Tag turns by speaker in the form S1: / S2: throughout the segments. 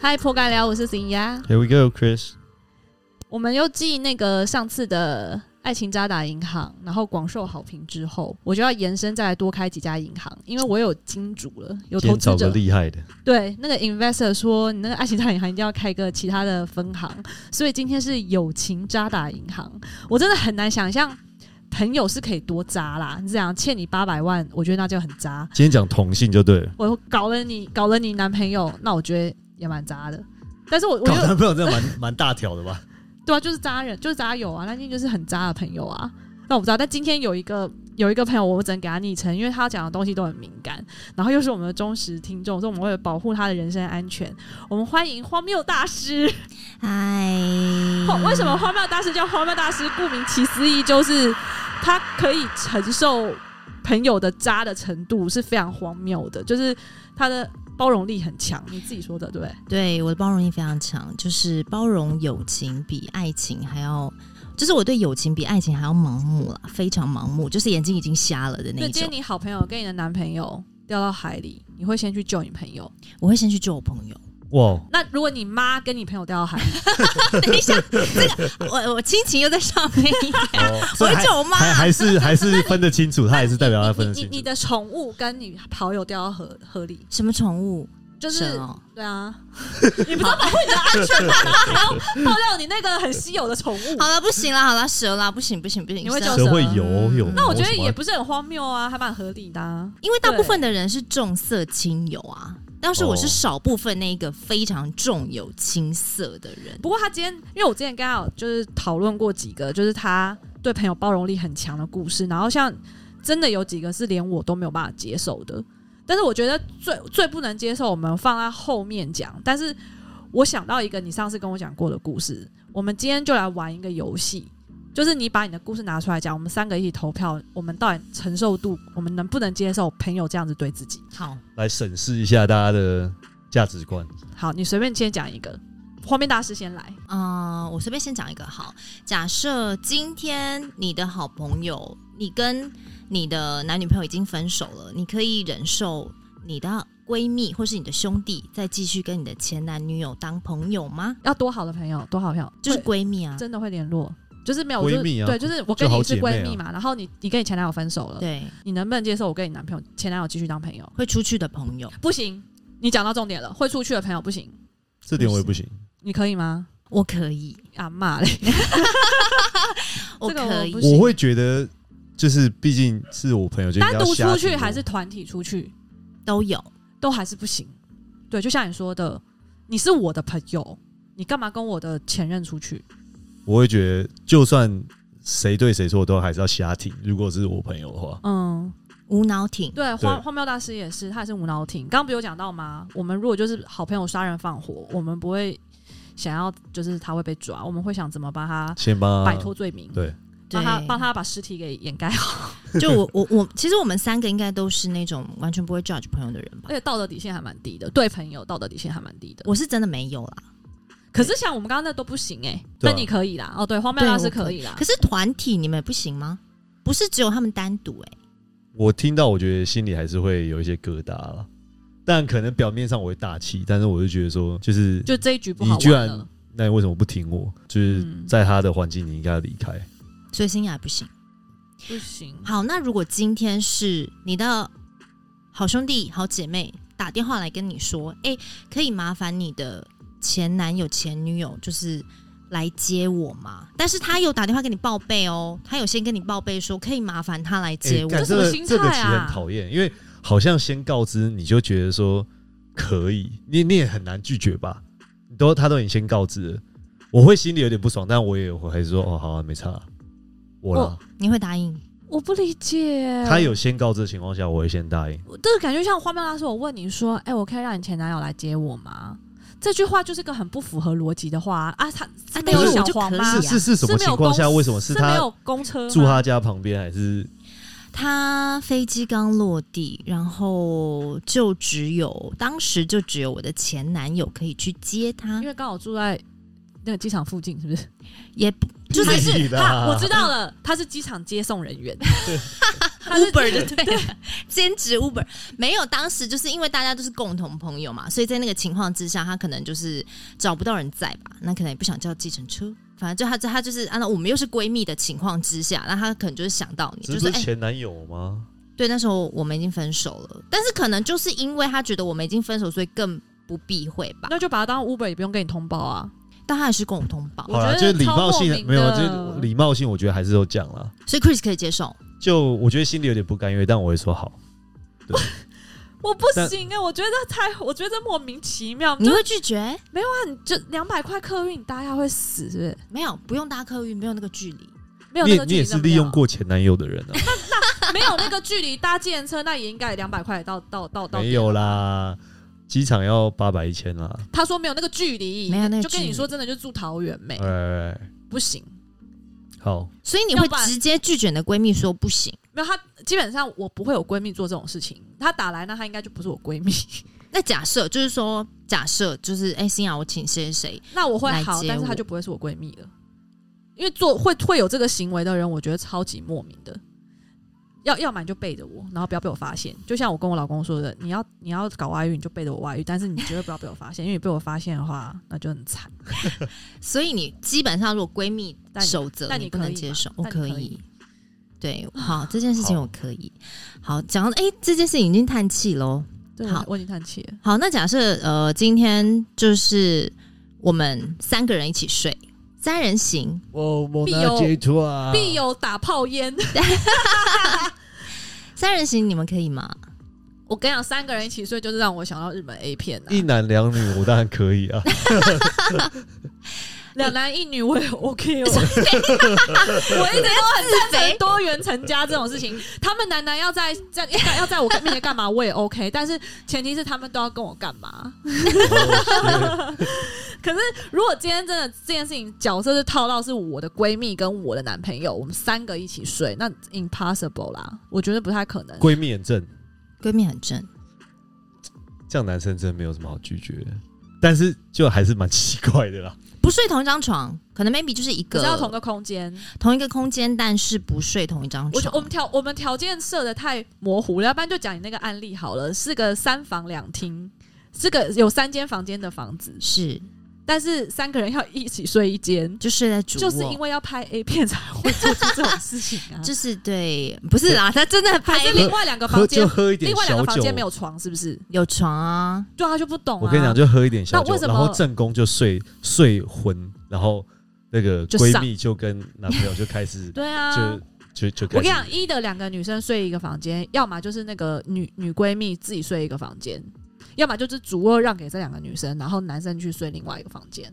S1: 嗨，破干聊，我是邢呀。
S2: Here we go, Chris。
S1: 我们又继那个上次的爱情渣打银行，然后广受好评之后，我就要延伸再来多开几家银行，因为我有金主了，有投
S2: 先
S1: 资
S2: 找个
S1: 者。
S2: 厉害的，
S1: 对，那个 investor 说，你那个爱情渣打银行一定要开个其他的分行，所以今天是友情渣打银行。我真的很难想象。朋友是可以多渣啦，你这样欠你八百万，我觉得那就很渣。
S2: 今天讲同性就对了。
S1: 我搞了你，搞了你男朋友，那我觉得也蛮渣的。但是我我
S3: 搞
S1: 又
S3: 男朋友真的蛮蛮大条的吧？
S1: 对啊，就是渣人，就是渣友啊，那一定就是很渣的朋友啊。那我不知道，但今天有一个有一个朋友，我只能给他昵称，因为他讲的东西都很敏感，然后又是我们的忠实听众，所以我们为了保护他的人身安全，我们欢迎荒谬大师。
S4: 嗨，
S1: 荒为什么荒谬大师叫荒谬大师？顾名其思义，就是他可以承受朋友的渣的程度是非常荒谬的，就是他的包容力很强。你自己说的对不对？
S4: 对我的包容力非常强，就是包容友情比爱情还要，就是我对友情比爱情还要盲目了，非常盲目，就是眼睛已经瞎了的那
S1: 那
S4: 一
S1: 今
S4: 种
S1: 天。你好朋友跟你的男朋友掉到海里，你会先去救你朋友？
S4: 我会先去救我朋友。
S2: 哇，
S1: 那如果你妈跟你朋友掉到海里，
S4: 等一下，这个我我亲情又在上面，我
S2: 所以
S4: 会
S2: 还
S4: 救我妈。
S2: 还还是还是分得清楚，他还是代表他分得
S1: 你
S2: 清
S1: 你你
S2: 楚。
S1: 的宠物跟你好友掉到河河里，
S4: 什么宠物？
S1: 就是、
S4: 蛇哦
S1: 对啊，你不是保护你的安全吗？然后还要爆料你那个很稀有的宠物
S4: 好。了，不行了，好了，蛇啦，不行不行不行。
S1: 你会
S4: 蛇
S1: 救
S2: 蛇会游泳，
S1: 那我觉得
S2: 为什么
S1: 也不是很荒谬啊，还蛮合理的、啊。
S4: 因为大部分的人是重色轻友啊，但是我是
S2: 哦
S4: 少部分那一个非常重友轻色的人。
S1: 不过他今天，因为我之前刚好就是讨论过几个，就是他对朋友包容力很强的故事，然后像真的有几个是连我都没有办法接受的。但是我觉得最最不能接受，我们放在后面讲。但是我想到一个你上次跟我讲过的故事，我们今天就来玩一个游戏，就是你把你的故事拿出来讲，我们三个一起投票，我们到底承受度，我们能不能接受朋友这样子对自己？
S4: 好，
S2: 来审视一下大家的价值观。
S1: 好，你随便先讲一个，画面大师先来。
S4: 嗯、我随便先讲一个好。假设今天你的好朋友，你跟你的男女朋友已经分手了，你可以忍受你的闺蜜或是你的兄弟再继续跟你的前男女友当朋友吗？
S1: 要多好的朋友，多好的朋友，
S4: 就是
S1: 会
S4: 闺蜜啊，
S1: 真的会联络，就是没有
S2: 闺蜜啊
S1: 就是对，就是我跟
S2: 就
S1: 你
S2: 好
S1: 是
S2: 姐妹啊
S1: 闺蜜嘛，然后你你跟你前男友分手了，
S4: 对，
S1: 你能不能接受我跟你男朋友前男友继续当朋友？
S4: 会出去的朋友，
S1: 不行，你讲到重点了，会出去的朋友不行，
S2: 这点我也不行。
S1: 你可以吗？
S4: 我可以，
S1: 啊骂 嘞，
S4: 我
S1: 这个我
S4: 可以
S1: 不，行
S2: 我会觉得，就是毕竟是我朋友，就应该
S1: 单
S2: 要
S1: 独
S2: 瞎
S1: 出去
S2: 评论
S1: 还是团体出去
S4: 都有。
S1: 都还是不行。对，就像你说的，你是我的朋友，你干嘛跟我的前任出去？
S2: 我会觉得，就算谁对谁错，都还是要瞎听。如果是我朋友的话，
S1: 嗯，
S4: 无脑挺，
S1: 对，荒
S2: 对
S1: 荒谬大师也是，他也是无脑挺。刚刚不有讲到吗？我们如果就是好朋友杀人放火，我们不会想要就是他会被抓，我们会想怎么帮他
S2: 先帮他
S1: 摆脱罪名，
S2: 嗯对，
S1: 帮
S4: 对
S1: 他帮他把尸体给掩盖好，
S4: 就我我我，其实我们三个应该都是那种完全不会 judge 朋友的人吧
S1: 而。且道德底线还蛮低的，对朋友道德底线还蛮低的。
S4: 我是真的没有啦，
S1: 可是像我们刚刚那都不行哎、那
S2: 对啊
S1: 你可以啦。哦，对，荒谬
S4: 对
S1: 大
S4: 我
S1: 师
S4: 可
S1: 可以啦
S4: 可。是团体你们也不行吗？不是只有他们单独哎、
S2: 我听到，我觉得心里还是会有一些疙瘩了。但可能表面上我会大气，但是我就觉得说，就是
S1: 就这一局不
S2: 你
S1: 好
S2: 居
S1: 玩
S2: 然
S1: 了，
S2: 那你为什么不听我？就是
S1: 嗯
S2: 在他的环境，你应该要离开。
S4: 所以新雅不行。
S1: 不行。
S4: 好，那如果今天是你的好兄弟、好姐妹打电话来跟你说，哎、可以麻烦你的前男友、前女友就是来接我吗？但是他有打电话跟你报备哦，他有先跟你报备说可以麻烦他来接
S2: 欸
S4: 我。
S2: 干
S1: 这
S2: 这
S1: 什么
S2: 个
S1: 心
S2: 这个
S1: 态
S2: 其实
S1: 啊
S2: 很讨厌，因为好像先告知你就觉得说可以，你你也很难拒绝吧？你都他都已经先告知了，我会心里有点不爽，但我也我还是说哦好啊，没差啊，我
S1: 哦
S2: 啦。
S1: 呃
S4: 你会答应？
S1: 我不理解，欸
S2: 他有先告知的情况下，我会先答应。
S1: 这个感觉像荒谬大师，我问你说，哎、我可以让你前男友来接我吗？这句话就是个很不符合逻辑的话啊！啊他是没
S4: 但
S1: 有
S2: 是我
S1: 小
S4: 就
S1: 黄
S4: 可以
S1: 吗？
S4: 啊
S2: 是是是什么
S1: 没有
S2: 情况下？
S1: 公
S2: 为什么是
S1: 是没
S2: 他
S1: 有嗯公车吗
S2: 住他家旁边，还是
S4: 他飞机刚落地，然后就只有当时就只有我的前男友可以去接他
S1: 因，为刚好住在那个机场附近，是不是？
S4: 也不就是
S1: 他
S2: 屁
S1: 是
S2: 啦
S1: 他，我知道了，他是机场接送人员， 他是
S4: Uber 就对
S1: 啊
S4: 了，兼职 Uber 没有。当时就是因为大家都是共同朋友嘛，所以在那个情况之下，他可能就是找不到人在吧，那可能也不想叫计程车。反正就他这他就是按啊照我们又是闺蜜的情况之下，那他可能就是想到你，
S2: 这
S4: 就
S2: 不
S4: 是
S2: 是
S4: 哎、
S2: 前男友吗？
S4: 对，那时候我们已经分手了，但是可能就是因为他觉得我们已经分手，所以更不避讳吧。
S1: 那就把它当 Uber 也不用跟你通报啊。
S4: 但他还是跟我通报，
S1: 我
S2: 好啦，
S1: 觉得
S2: 就是礼
S1: 超
S2: 貌
S1: 莫
S2: 性
S1: 名
S2: 没有，
S1: 的
S2: 就是礼貌性，我觉得还是都讲了。
S4: 所以 Chris 可以接受。
S2: 就我觉得心里有点不甘愿，但我会说好。
S1: 我不行哎、我觉得太，我觉得莫名其妙。
S4: 你
S1: 就
S4: 会拒绝？
S1: 就两百块客运，你搭一下会死是不是？
S4: 没有，不用搭客运，没有那个距离。
S1: 没有
S2: 你
S1: 那
S2: 也
S1: 个
S2: 你
S1: 距
S2: 也
S1: 离
S2: 是
S1: 真的没
S2: 利
S1: 有
S2: 用，过前男友 的人啊？
S1: 没有那个距离搭计程车，那也应该两百块到到到到。
S2: 没有，啦，机场要八百一千啦。
S1: 他说没有那个距离，
S4: 没有那个
S1: 就跟
S4: 距
S1: 你
S4: 离
S1: 说真的，就住桃园没
S2: 哎哎，哎
S1: 不行。
S2: 好，
S4: 所以你会
S1: 要不然
S4: 直接拒绝你的闺蜜说不行？
S1: 没有，她基本上我不会有闺蜜做这种事情。她打来，那她应该就不是我闺蜜。
S4: 那假设就是说，假设就是哎，欣、雅，我请谁谁谁，
S1: 那我会
S4: 来
S1: 好，
S4: 接
S1: 但是她
S4: 我
S1: 就不会是我闺蜜了。因为做会会有这个行为的人，我觉得超级莫名的。要要么你就背着我，然后不要被我发现。就像我跟我老公说的，你要你要搞外遇，你就背着我外遇，但是你绝对不要被我发 现，因为你被我发现的话，那就很惨。
S4: 所以你基本上如果闺蜜
S1: 但你
S4: 守则，
S1: 但你
S4: 不
S1: 可
S4: 能
S1: 以
S4: 接
S1: 吗
S4: 受，我
S1: 但你可以
S4: 以。对， 好，这件事情我可以。好，讲到哎、这件事情已经叹气喽。
S1: 对，
S4: 好
S1: 我已经叹气了。
S4: 好，那假设呃，今天就是我们三个人一起睡，三人行，
S3: 我我
S1: 必有截
S3: 图啊
S1: 必有打炮烟。
S4: 三人行你们可以吗？
S1: 我跟你讲，三个人一起睡，就是让我想到日本 A 片啊，
S2: 一男两女我当然 可以啊。
S1: 两男一女我也 OK 哦。我一直都很赞成多元成家这种事情。他们男男要在在要在我面前干嘛，我也 OK，但是前提是他们都要跟我干嘛。 可是如果今天真的这件事情角色是套到是我的闺蜜跟我的男朋友，我们三个一起睡，那 impossible 啦，我觉得不太可能。
S2: 闺蜜很正，
S4: 闺蜜很正，
S2: 这样男生真的没有什么好拒绝的，但是就还是蛮奇怪的啦。
S4: 不睡同一张床，可能 maybe 就是一
S1: 可
S4: 个
S1: 是要同个空间，
S4: 同一个空间，但是不睡同一张
S1: 我觉
S4: 床。
S1: 我们条我们条件设的太模糊了，要不然就讲你那个案例好了，是个三房两厅，是个有三间房间的房子，
S4: 是
S1: 但是三个人要一起睡一间，
S4: 就睡在主
S1: 就
S4: 卧，
S1: 是因为要拍 A 片才会做出这种事情 啊。就
S4: 就是对，不是啦，他真的
S1: 还
S4: 拍
S1: 是另外两个
S2: 喝
S1: 房
S2: 就
S1: 间，
S2: 喝一点
S1: 另外两
S2: 小
S1: 个房
S2: 酒，啊
S1: 间没有床，是不是？
S4: 有床啊，
S1: 对啊，他就不懂、啊。
S2: 我跟你讲，就喝一点小
S1: 那
S2: 酒
S1: 为，什么
S2: 然后正宫就睡睡昏，然后那个
S1: 就
S2: 闺
S1: 上
S2: 蜜就跟男朋友就开始
S1: 对啊
S2: 就。就就
S1: 我跟
S2: 开
S1: 你讲，
S2: 始。
S1: 一的两个女生睡一个房间，要么就是那个女女闺蜜自己睡一个房间，要么就是主卧让给这两个女生，然后男生去睡另外一个房间。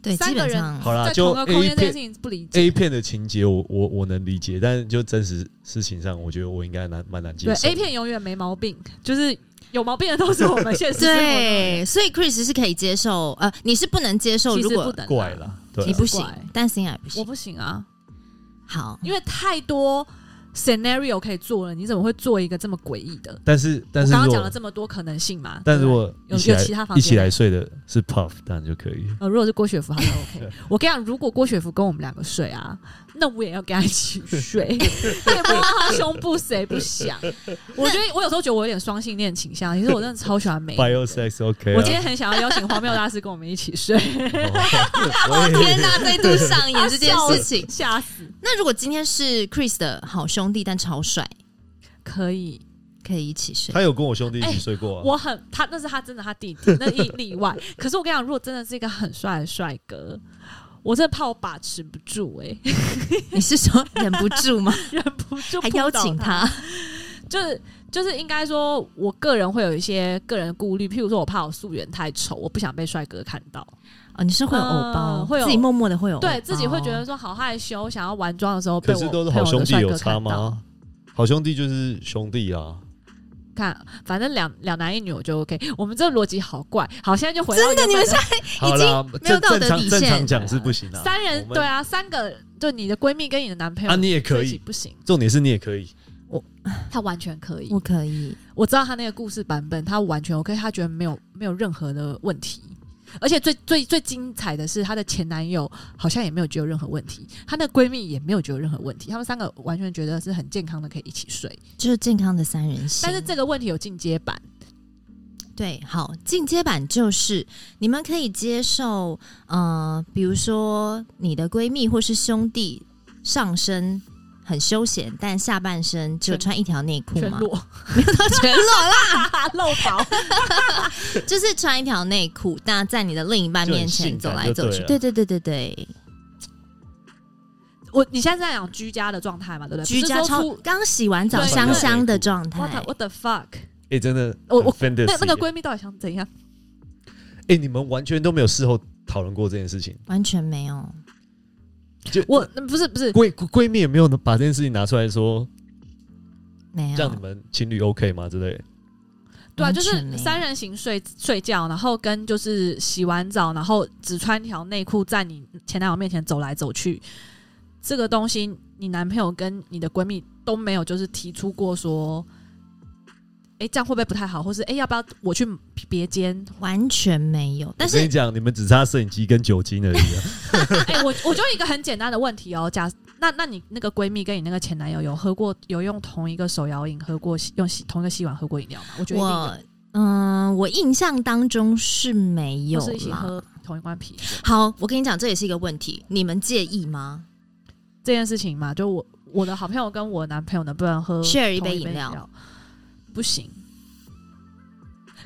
S4: 对，
S1: 三
S4: 基
S1: 个
S4: 本
S1: 人
S4: 上
S2: 好啦，
S1: 在
S2: 啊就
S1: 同一个空
S2: A
S1: 间这件
S2: 片
S1: 事情不理解。
S2: A 片的情节我，我我能理解，但就真实事情上，我觉得我应该难蛮难接
S1: 对
S2: 受。
S1: ，A 片永远没毛病，就是有毛病的都是我们现实生活中的人。
S4: 对，所以 Chris 是可以接受，呃，你是不能接受，
S1: 其
S4: 如
S1: 实不
S4: 果
S1: 等啊
S2: 怪，啦，对
S4: 你
S2: 啊
S4: 不行
S1: 怪，
S4: 但是应该也不
S1: 我
S4: 行。
S1: 不行啊，
S4: 好，
S1: 因为太多 scenario 可以做了，你怎么会做一个这么诡异的？
S2: 但是但
S1: 我
S2: 是
S1: 刚
S2: 如
S1: 刚
S2: 果
S1: 讲了这么多可能性嘛，
S2: 但如
S1: 对不对
S2: 果一
S1: 有
S2: 起
S1: 有
S2: 来
S1: 其他房
S2: 一
S1: 间
S2: 起来睡的是 Puff，当然就可以。
S1: 呃，如果是郭雪芙， 好像 OK。我跟你讲，如果郭雪芙跟我们两个睡啊，那我也要跟她一起睡， 也不知道她胸部谁不想。我觉得我有时候觉得我有点双性恋倾向，其实我真的超喜欢美女的。
S2: Bio sex OK 啊。哦
S1: 我今天很想要邀请荒谬大师跟我们一起睡，
S2: 我也
S4: 天哪，再度上演
S1: 他
S4: 这件
S1: 笑
S4: 事情。
S1: 吓死！
S4: 那如果今天是 Chris 的好兄弟，但超帅，
S1: 可以，
S4: 可以一起睡。
S2: 他有跟我兄弟
S1: 哎
S2: 一起睡过啊。
S1: 我很他那是他真的他弟弟，那一例外。可是我跟你讲，如果真的是一个很帅的帅哥，我真的怕我把持不住哎、欸
S4: 你是说忍不住吗？
S1: 忍不住
S4: 还
S1: 扑
S4: 邀
S1: 倒
S4: 请
S1: 他，
S4: 他？
S1: 就是就是应该说，我个人会有一些个人顾虑，譬如说我怕我素颜太丑，我不想被帅哥看到，
S4: 哦，你是会有偶包，
S1: 嗯会有
S4: 自己默默的会有，
S1: 对自己会觉得。说好害羞，想要玩妆的时候被哦
S2: 可
S1: 我
S2: 是都是好兄弟
S1: 被我
S2: 有
S1: 的帅哥
S2: 差
S1: 看到？
S2: 吗？好兄弟就是兄弟啊，
S1: 看，反正两两男一女我就 OK。我们这逻辑好怪，好，现在就回到
S4: 真的，
S1: 原
S4: 你们
S1: 本
S4: 现在
S2: 好啦，
S4: 没有
S2: 正
S4: 道德
S2: 正常
S4: 底
S2: 正常
S4: 线
S2: 讲是不行啊。
S1: 三人
S2: 我们
S1: 对啊，三个就你的闺蜜跟你的男朋友
S2: 啊，你也可
S1: 在一起
S2: 以，
S1: 不行，
S2: 重点是你也可以。
S1: 他完全可以。
S4: 我可以，
S1: 我知道他那个故事版本，他完全 OK，他觉得没有没有任何的问题。而且最最最精彩的是，她的前男友好像也没有觉得有任何问题，她的闺蜜也没有觉得有任何问题，她们三个完全觉得是很健康的，可以一起睡。
S4: 就是健康的三人行。
S1: 但是这个问题有进阶版，
S4: 对，好，进阶版就是你们可以接受，呃，比如说你的闺蜜或是兄弟上身很休闲，但下半身只有
S1: 全
S4: 穿一条内裤
S1: 全
S4: 吗？
S1: 裸，
S4: 没有到全裸啦，
S1: 漏跑，
S4: 就是穿一条内裤，那在你的另一半
S2: 就很
S4: 面前
S2: 性
S4: 走
S2: 感
S4: 来
S2: 就
S4: 走
S2: 对
S4: 去。
S2: 了
S4: 对对对对对，
S1: 我你现在是在讲居家的状态嘛，对不对？
S4: 居家
S1: 不是说
S4: 超
S1: 出
S4: 刚洗完澡，
S1: 对
S4: 香香的状
S1: what
S4: 态
S1: the,。what the fuck？
S2: 哎、真的，
S1: 我我
S2: 那
S1: 那那个闺蜜到底想怎样？
S2: 哎、你们完全都没有事后讨论过这件事情，
S4: 完全没有，
S2: 就
S1: 我不是不是，
S2: 闺闺蜜也没有把这件事情拿出来说，
S4: 没有，
S1: 啊
S2: 这样你们情侣 OK 吗之类的？
S1: 对啊，
S4: 完
S1: 就
S4: 全没
S1: 是
S4: 有
S1: 三人行睡睡觉，然后跟就是洗完澡，然后只穿条内裤在你前男友面前走来走去，这个东西，你男朋友跟你的闺蜜都没有就是提出过说，哎、这样会不会不太好，或是哎、诶要不要我去别 间？
S4: 完全没有。但
S2: 我跟你
S4: 是
S2: 讲，你们只差摄影机跟酒精而已、啊。
S1: 哎、我我就一个很简单的问题哦，假那那你那个闺蜜跟你那个前男友有喝过有用同一个手摇饮喝过用吸同一个吸管喝过饮料吗？我觉得一定有
S4: 我，嗯、我印象当中是没有
S1: 或是一起
S4: 啦
S1: 喝同一罐啤酒。
S4: 好，我跟你讲，这也是一个问题，你们介意吗？
S1: 这件事情嘛，就我我的好朋友跟我男朋友能不能喝
S4: Share
S1: 同
S4: 一杯
S1: 饮
S4: 饮料
S1: 料？不行。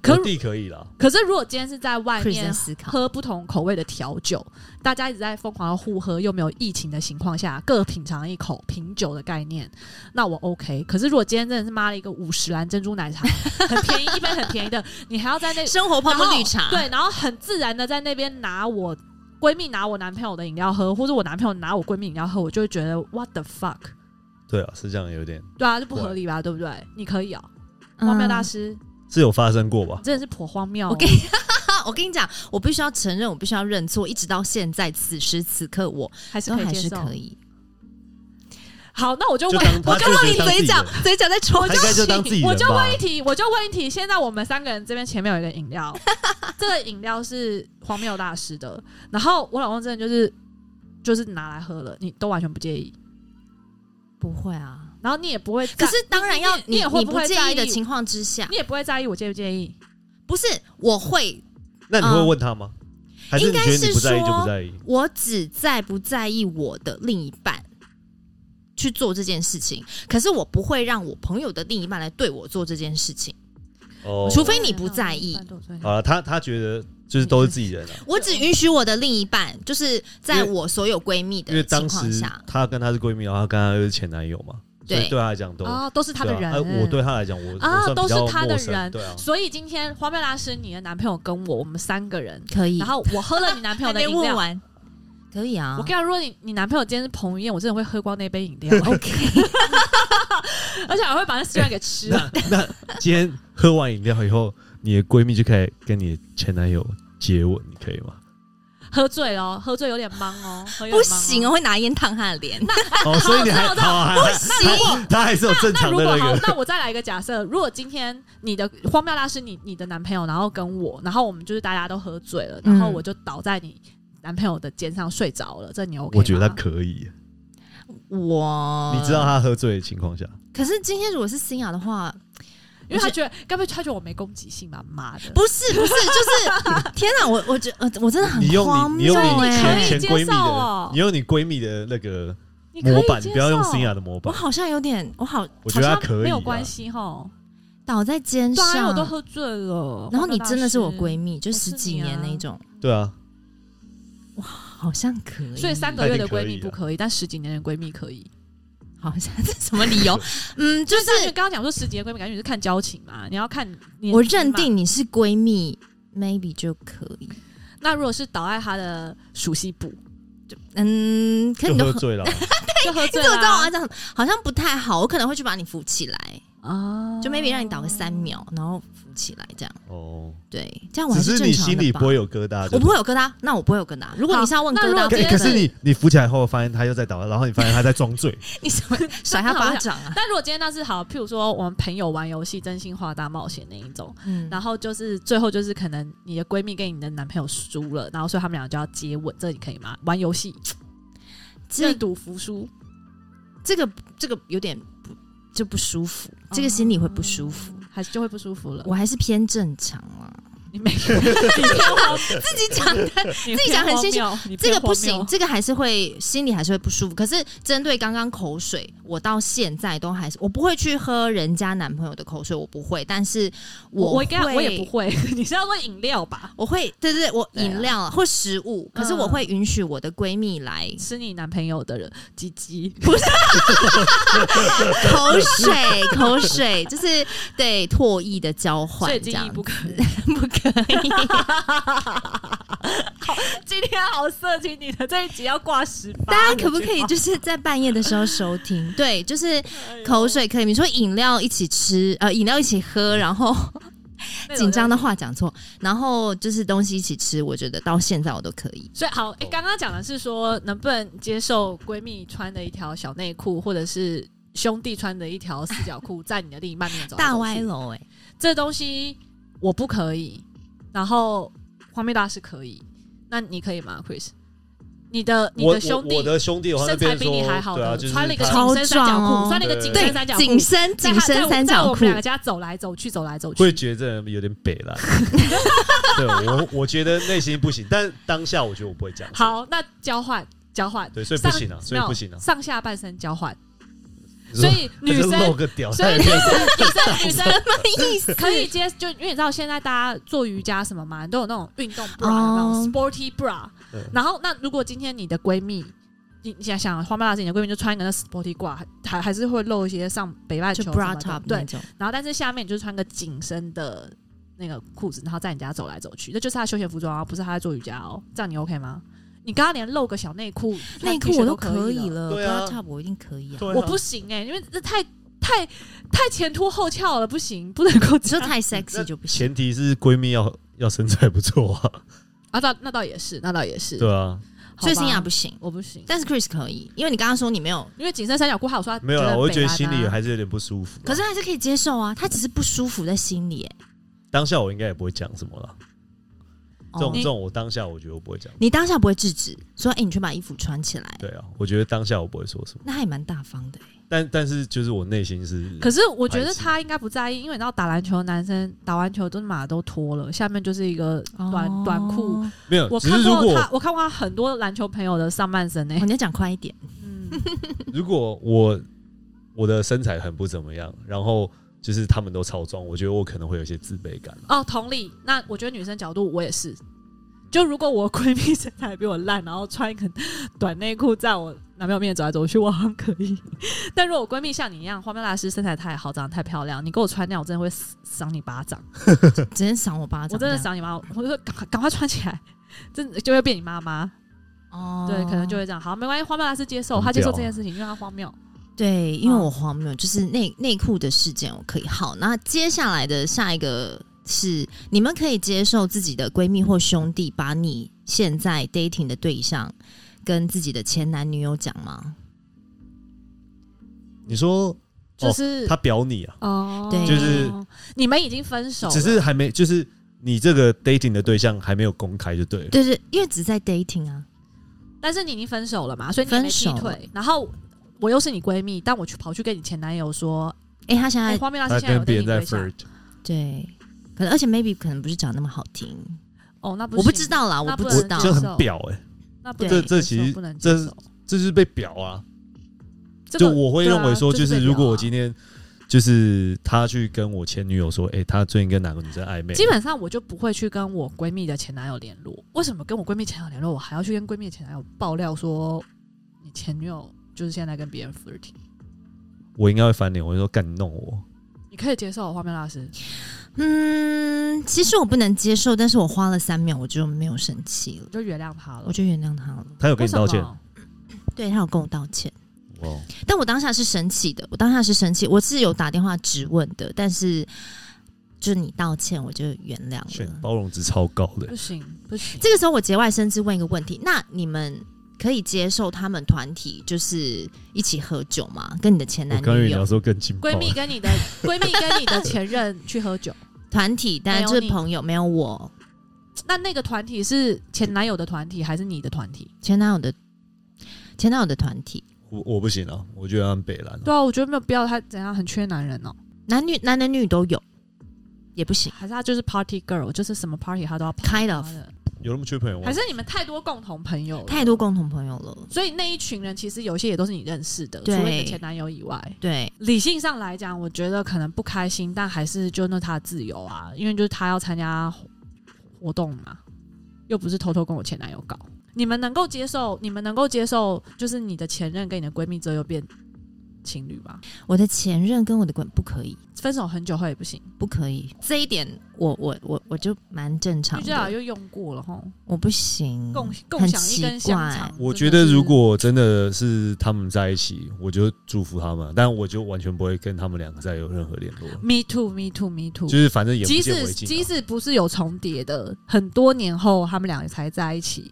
S1: 可
S2: 可弟可以啦，
S1: 可是如果今天是在外
S4: Chris 在
S1: 面
S4: 思考，
S1: 喝不同口味的调酒，大家一直在疯狂的互喝，又没有疫情的情况下，各品尝一口品酒的概念，那我 OK。可是如果今天真的是妈了一个五十兰珍珠奶茶，很便宜一杯很便宜的，你还要在那
S4: 生活泡沫
S1: 然后
S4: 绿茶，
S1: 对，然后很自然的在那边拿我闺蜜拿我男朋友的饮料喝，或者我男朋友拿我闺蜜饮料喝，我就会觉得 what the fuck。
S2: 对啊，是这样，有点
S1: 对啊，这不合理吧？对不对？你可以啊、
S4: 嗯
S1: 荒谬大师，
S2: 是有发生过吧
S1: 你？真的是颇荒谬哦、
S4: 我跟啊我跟你讲，我必须要承认，我必须要认错，一直到现在此时此刻，我
S1: 还是
S4: 都
S1: 可以
S4: 还
S1: 接
S4: 是
S1: 受。
S4: 可以。
S1: 好，那我就
S2: 就
S1: 问，
S2: 当他
S4: 我刚刚
S2: 就
S4: 你
S2: 觉得当自
S4: 嘴
S2: 己
S4: 角
S2: 人，
S4: 嘴角在抽
S2: 他应该就当自己人吧。
S1: 我就问一题，我就问一题。现在我们三个人这边前面有一个饮料， 这个饮料是荒谬大师的，然后我老公真的就是就是拿来喝了，你都完全不介意，
S4: 不会啊，
S1: 然后你也不会在，
S4: 可是当然要
S1: 你
S4: 你
S1: 你也会
S4: 不
S1: 不会
S4: 介
S1: 在
S4: 意的
S1: 意
S4: 情况之下
S1: 你，也不会在意我介不介意。
S4: 不是我会，
S2: 那你会问他吗？
S1: 嗯
S2: 还是你觉得你不在意就不在意？
S4: 我只在不在意我的另一半去做这件事情，可是我不会让我朋友的另一半来对我做这件事情，
S2: 哦，
S4: 除非你不在意。
S1: 哦
S2: 好了，他他觉得就是都是自己人啊，
S4: 我只允许我的另一半，就是在我所有闺蜜
S2: 因为
S4: 的情
S2: 当
S4: 况
S2: 时
S4: 下，
S2: 他跟他是闺蜜，然后他跟他又是前男友嘛，所以
S4: 对
S2: 对他来讲都
S1: 啊、哦，都是他的
S2: 对
S1: 人，
S2: 啊呃我对他来讲，我我
S1: 啊
S2: 算
S1: 都
S2: 比
S1: 是
S2: 较
S1: 他的
S2: 陌生
S1: 人
S2: 对啊，
S1: 所以今天荒谬大师，你的男朋友跟我，我们三个人，
S4: 可以。
S1: 然后我喝了你男朋友的饮
S4: 嗯 还没问
S1: 料，
S4: 完，可以啊。
S1: 我跟你讲，如果你你男朋友今天是彭于晏，我真的会喝光那杯饮 料
S4: OK，
S1: 而且还会把那西瓜给吃了。
S2: 今天喝完饮料以后，你的闺蜜就可以跟你的前男友接吻，你可以 吗？
S1: 喝醉哦，喝醉有点懵哦，喝有点
S4: 不
S1: 懵
S4: 行哦，。会拿烟烫他的脸。
S2: 哦，所以你还
S1: 我知道
S2: 好，还还还他还是有正
S1: 那
S2: 常
S1: 如
S2: 的
S1: 果
S2: 那
S1: 好
S2: 个，，
S1: 那我再来一个假设：如果今天你的荒谬大师，你你的男朋友，然后跟我，然后我们就是大家都喝醉了，然后
S4: 嗯
S1: 我就倒在你男朋友的肩上睡着了，这你 OK 吗
S2: 我觉得他可以。
S4: 我
S2: 你知道，他喝醉的情况下，
S4: 可是今天如果是新雅的话，
S1: 因为他觉得，该不会他觉得我没攻击性吧？妈的！
S4: 不是不是，就是 天哪！我我觉呃我真的很
S2: 你用
S4: 荒
S2: 你你用
S4: 谬
S2: 你
S1: 欸可
S4: 哎、
S1: 以
S2: 前前
S1: 接
S2: 闺蜜
S1: 受哦
S2: 的，你用你闺蜜的那个
S1: 你可以
S2: 模板，你
S1: 接
S2: 不要用
S1: 受
S2: 新雅的模
S4: 我
S2: 板。
S4: 好像有点，我好
S2: 我觉得他
S1: 好像
S2: 可以啊，
S1: 没有关系哈。
S4: 倒在肩
S1: 对啊，因为
S4: 上，
S1: 我都喝醉了。
S4: 然后你真的是我
S1: 蜜。
S4: 闺蜜，就十
S1: 啊
S4: 几年那种，
S2: 对啊，
S4: 好像可以。
S1: 所以三个月的
S2: 啊
S1: 闺蜜不可以，但十几年的闺蜜可以。
S4: 好像这什么理由？嗯，就是
S1: 但是刚刚讲说十几年的闺蜜，感觉是看交情嘛，你要看你
S4: 我认。定你是闺蜜，maybe 就可以。
S1: 那如果是倒在她的熟悉 部，
S4: 嗯，可
S2: 就
S4: 你都
S2: 喝
S4: 喝
S2: 醉了嘛。
S1: 就喝
S4: 你
S1: 醉
S4: 怎么知道我啊
S1: 了
S4: 要。讲什么？好像不太好，我可能会去把你扶起来。
S1: 啊，
S4: 就 maybe 让你倒个三秒，然后浮起来这样。
S2: 哦，
S4: 对，这样我还
S2: 只
S4: 是
S2: 是
S4: 正
S2: 你
S4: 常
S2: 心里
S4: 的吧
S2: 不。会有疙瘩，
S4: 我
S2: 就
S4: 不会有疙瘩，那我不会有疙瘩。如果你是要问
S1: 好
S4: 疙
S1: 那如
S4: 瘩
S1: 果
S4: 的
S1: 今
S4: 人，
S1: 天
S2: 可可是你你扶起来后，发现他又在倒，然后你发现他在装醉，
S4: 你什么甩他巴掌啊？
S1: 但如果今天那是好，譬如说我们朋友玩游戏真心话大冒险那一种，
S4: 嗯，
S1: 然后就是最后就是可能你的闺蜜跟你的男朋友输了，然后所以他们俩就要接吻，这你可以吗？玩游戏
S4: 这
S1: 认赌服输，
S4: 这个这个有点不就不舒服，这个
S1: 哦
S4: 心里会不舒服。
S1: 还是就会不舒服了。
S4: 我还是偏正常啊，
S1: 你没有，自
S4: 自己讲的
S1: 己
S4: 己讲很心虚
S1: 虚
S4: 这个不行，这个还是会心里还是会不舒服。可是针对刚刚口水，我到现在都还是我不会去喝人家男朋友的口水，我不会。但是
S1: 我我
S4: 会
S1: 应该我也不会，你是要问饮料吧？
S4: 我会对对，对我
S1: 对啊嗯
S4: 饮料啊或食物，可是我会允许我的闺蜜 来
S1: 吃你男朋友的人鸡鸡，
S4: 口水，口水就是对唾液的交换
S1: 所以
S4: 这
S1: 今
S4: 样
S1: 天，不可以。
S4: 不可以。
S1: 今天好色情，你的这一集要挂十八，
S4: 大家可不可以就是在半夜的时候收 听？对，就是口水可以，你说饮料一起吃，呃，饮料一起喝，然后
S1: 那种
S4: 紧张的话讲错，然后就是东西一起吃，我觉得到现在我都可以。
S1: 所以好，
S2: 哦
S1: 诶刚刚讲的是说能不能接受闺蜜穿的一条小内裤，或者是兄弟穿的一条四角裤，在你的另一半面前走来走去
S4: 大歪，楼
S1: 欸
S4: 哎、
S1: 这东西我不可以，然后黄面大师可以，那你可以吗，Chris？你的 你
S2: 我
S1: 的兄
S2: 我我
S1: 弟
S2: 的兄弟的话，
S1: 身
S2: 那
S1: 材
S2: 边
S1: 比
S2: 说
S1: 你还好
S2: 对
S1: 的，
S2: 啊，就是
S1: 穿了一个
S2: 他
S1: 紧身三角裤，
S4: 超壮哦
S1: 穿了一个紧身三角
S4: 对，
S1: 裤，
S4: 紧身
S1: 在
S4: 紧
S1: 他在
S4: 身
S1: 我
S4: 三
S1: 在
S4: 角
S1: 我
S4: 裤
S1: 们，两个家走来走去，走来走去，
S2: 会觉得这人有点北了。对我我觉得内心不行，但当下我觉得我不会这样。，
S1: 好，那交换交换，
S2: 对，所以不
S1: 上
S2: 行啊，所以
S1: 没有
S2: 不行啊。
S1: 上下半身交换，
S2: 你
S1: 所
S2: 说
S1: 以女
S2: 他就露
S1: 生。
S2: 个屌，
S1: 所以
S2: 太
S1: 女生、女生、女 生
S4: 什么意思？
S1: 可以接，就因为你知道现在大家做瑜伽什么嘛，都有那种运动 bra，、那种
S4: 哦
S1: sporty bra
S2: 对。
S1: 然后，那如果今天你的闺蜜，你你想想，花妈大姐，你的闺蜜就穿一个那 sporty bra，还还是会露一些上北半球
S4: 就
S1: 什
S4: bra
S1: 么的
S4: top 嗯
S1: 对
S4: 那。种，
S1: 然后，但是下面你就穿个紧身的那个裤子，然后在你家走来走去，那就是她的休闲服装啊，不是她在做瑜伽哦。这样你 OK 吗？你刚刚连露个小内裤、
S4: 内
S1: 穿 T
S4: 裤
S1: 恤
S4: 我都
S1: 都
S4: 可以
S1: 以了，
S4: 了
S2: 对啊
S4: ，bra top 我一定可以啊。
S2: 对啊
S1: 我不行哎、因为这太太太前凸后翘了，不行，不能够
S4: 你
S1: 这
S4: 说
S1: 样。
S4: 太 sexy 就不行，
S2: 前提是闺蜜要要身材不错啊，
S1: 啊，倒那倒也是，那倒也是，
S2: 对啊，
S1: 好吧
S4: 所以新雅不行。
S1: 我不行，
S4: 但是 Chris 可以，因为你刚刚说你没有，
S1: 因为紧身三角裤好说她
S2: 没有啦，
S1: 很
S2: 我就觉得
S1: 北蓝
S2: 心里
S1: 啊
S2: 还是有点不舒服啊。
S4: 可是还是可以接受啊。他只是不舒服在心里、欸。
S2: 当下我应该也不会讲什么了。这
S4: 哦
S2: 种这种我当下我觉得我不会讲，
S4: 你当下不会制止，说：“哎、你去把衣服穿起来。
S2: 对啊，我觉得当下我不会说什么”，
S4: 那还蛮大方的、欸。
S2: 但但是就是我内心是，
S1: 可是我觉得
S2: 排斥
S1: 他应该不在意，因为你知道打篮球的男生打完球都马都脱了，下面就是一个短、短裤。
S4: 哦，
S2: 没有，
S1: 我
S2: 只
S1: 看
S2: 是如
S1: 过他
S2: 果，
S1: 我看过他很多篮球朋友的上半身呢、
S4: 哦
S1: 欸
S4: 你要讲快一点。
S1: 嗯，
S2: 如果我我的身材很不怎么样，然后就是他们都超壮，我觉得我可能会有一些自卑感。啊
S1: 哦，同理。那我觉得女生角度我也是，就如果我闺蜜 身材比我烂，然后穿一个短内裤在我男朋友面前走来走去，我好像可以。但如果我闺蜜像你一样，花面大师身材太好，长得太漂亮，你给我穿那样，我真的会死赏你巴掌，啊
S4: 直接赏我巴
S1: 我
S4: 掌，
S1: 真的
S4: 这样。
S1: 赏你巴掌，我就说赶快赶快穿起来，真的就会变你妈妈。
S4: 哦
S1: 对，可能就会这样。好，没关系，荒谬大师接受，
S2: 很
S1: 他接受
S2: 屌
S1: 这
S2: 啊
S1: 件事情，因为他荒谬。
S4: 对，因为
S1: 哦
S4: 我荒谬，就是内内裤的事件我可以。好，那接下来的下一个是，你们可以接受自己的闺蜜或兄弟把你现在 dating 的对象跟自己的前男女友讲吗？
S2: 你说
S1: 就是
S2: 他表你啊，
S1: 哦，
S4: 对
S2: 就是
S1: 你们已经分手了，
S2: 只是还没，就是你这个 dating 的对象还没有公开就对了。
S4: 对对，因为只在 dating 啊。
S1: 但是你已经分手了嘛，所以你也没
S4: 分手
S1: 劈
S4: 了
S1: 腿。然后我又是你闺蜜，但我去跑去跟你前男友说，
S4: 哎、他现在、
S1: 哎，荒谬大师
S2: 他
S1: 现在有
S2: 啊跟别
S1: 对
S2: 人
S1: 你
S2: 在
S1: 对象
S2: flirt，
S4: 对，可能而且 maybe 可能不是讲那么好听，
S1: 哦，那不
S4: 我不
S1: 行
S4: 知，道啦，
S1: 那
S4: 我
S1: 不
S4: 不
S1: 能
S4: 知
S1: 接
S4: 道。
S2: 这
S1: 受
S2: 很表哎、
S1: 那不
S4: 对
S1: 能
S2: 这这
S1: 接
S2: 其实
S1: 受不能接
S2: 这
S1: 受
S2: 这就是被表啊。
S1: 这
S2: 就
S1: 个
S2: 我会
S1: 对
S2: 认为
S1: 啊
S2: 说，
S1: 就
S2: 就是
S1: 被
S2: 是如果
S1: 表
S2: 我
S1: 啊
S2: 今天就是他去跟我前女友说，哎、他最近跟哪个女生暧昧，
S1: 基本上我就不会去跟我闺蜜的前男友联络。为什么跟我闺蜜前男友联络，我还要去跟闺蜜的前男友爆料说你前女友就是现在跟别人 flirting？
S2: 我应该会翻脸，我会说干你弄我。
S1: 你可以接受荒谬大师？
S4: 嗯，其实我不能接受，但是我花了三秒，我就没有生气了
S1: 我，就原谅他了。
S4: 我就原谅他了。
S2: 他有跟
S1: 为嗯
S2: 你
S1: 什么
S2: 道歉，
S4: 对他有跟我道歉，
S2: 哦，
S4: 但我当下是生气的，我当下是生气，我是有打电话质问的，但是就是你道歉，我就原谅
S2: 炫
S4: 了。
S2: 包容值超高的
S1: 不，行不 行，
S4: 这个时候，我节外生枝问一个问题：那你们可以接受他们团体就是一起喝酒吗？跟你的前
S2: 我
S4: 男
S2: 刚跟
S4: 女
S2: 你聊
S4: 友
S2: 说更啊劲爆
S1: 闺蜜跟你的 闺蜜跟你的前任去喝酒，
S4: 团体，但
S1: 没有
S4: 就是
S1: 你
S4: 朋友，没有我
S1: 那那个团体是前男友的团体还是你的团体？
S4: 前男友的前男友的团体，
S2: 我我不行啊，我觉得他们北蓝、啊，
S1: 对啊，我觉得没有必要，他怎样很缺男人哦、
S4: 男女男男女女都有，也不行。
S1: 还是他就是 party girl，就是什么 party 他都要跑
S4: Kind of
S1: 他的
S2: 有那么缺朋友吗
S1: 还？是你们太多共同朋友了，
S4: 太多共同朋友了，
S1: 所以那一群人其实有些也都是你认识的，除
S4: 对
S1: 了你的前男友以外。
S4: 对，
S1: 理性上来讲，我觉得可能不开心，但还是就那他的自由啊，因为就是他要参加活活动嘛，又不是偷偷跟我前男友搞。你们能够接受，你们能够接受，就是你的前任跟你的闺蜜之后又变情侣吗？
S4: 我的前任跟我的滚不可以，
S1: 分手很久后也不行，
S4: 不可以，这一点我我我我就蛮正
S1: 就
S4: 常
S1: 至少
S4: 的，
S1: 又用过了吼，
S2: 嗯
S4: 我不
S1: 啊
S4: 行，
S1: 共共享一根香
S4: 很奇
S1: 肠。
S2: 我
S1: 真
S2: 觉
S1: 的
S2: 得
S1: 是
S2: 如果真的是他们在一起，我就祝福他们，啊但我就完全不会跟他们两个再有任何联络，
S1: me too me too me too，
S2: 就是反正眼
S1: 即
S2: 不见
S1: 使
S2: 为
S1: 嗯即
S2: 净、啊。
S1: 使不是有重叠的，很多年后他们俩才在一起，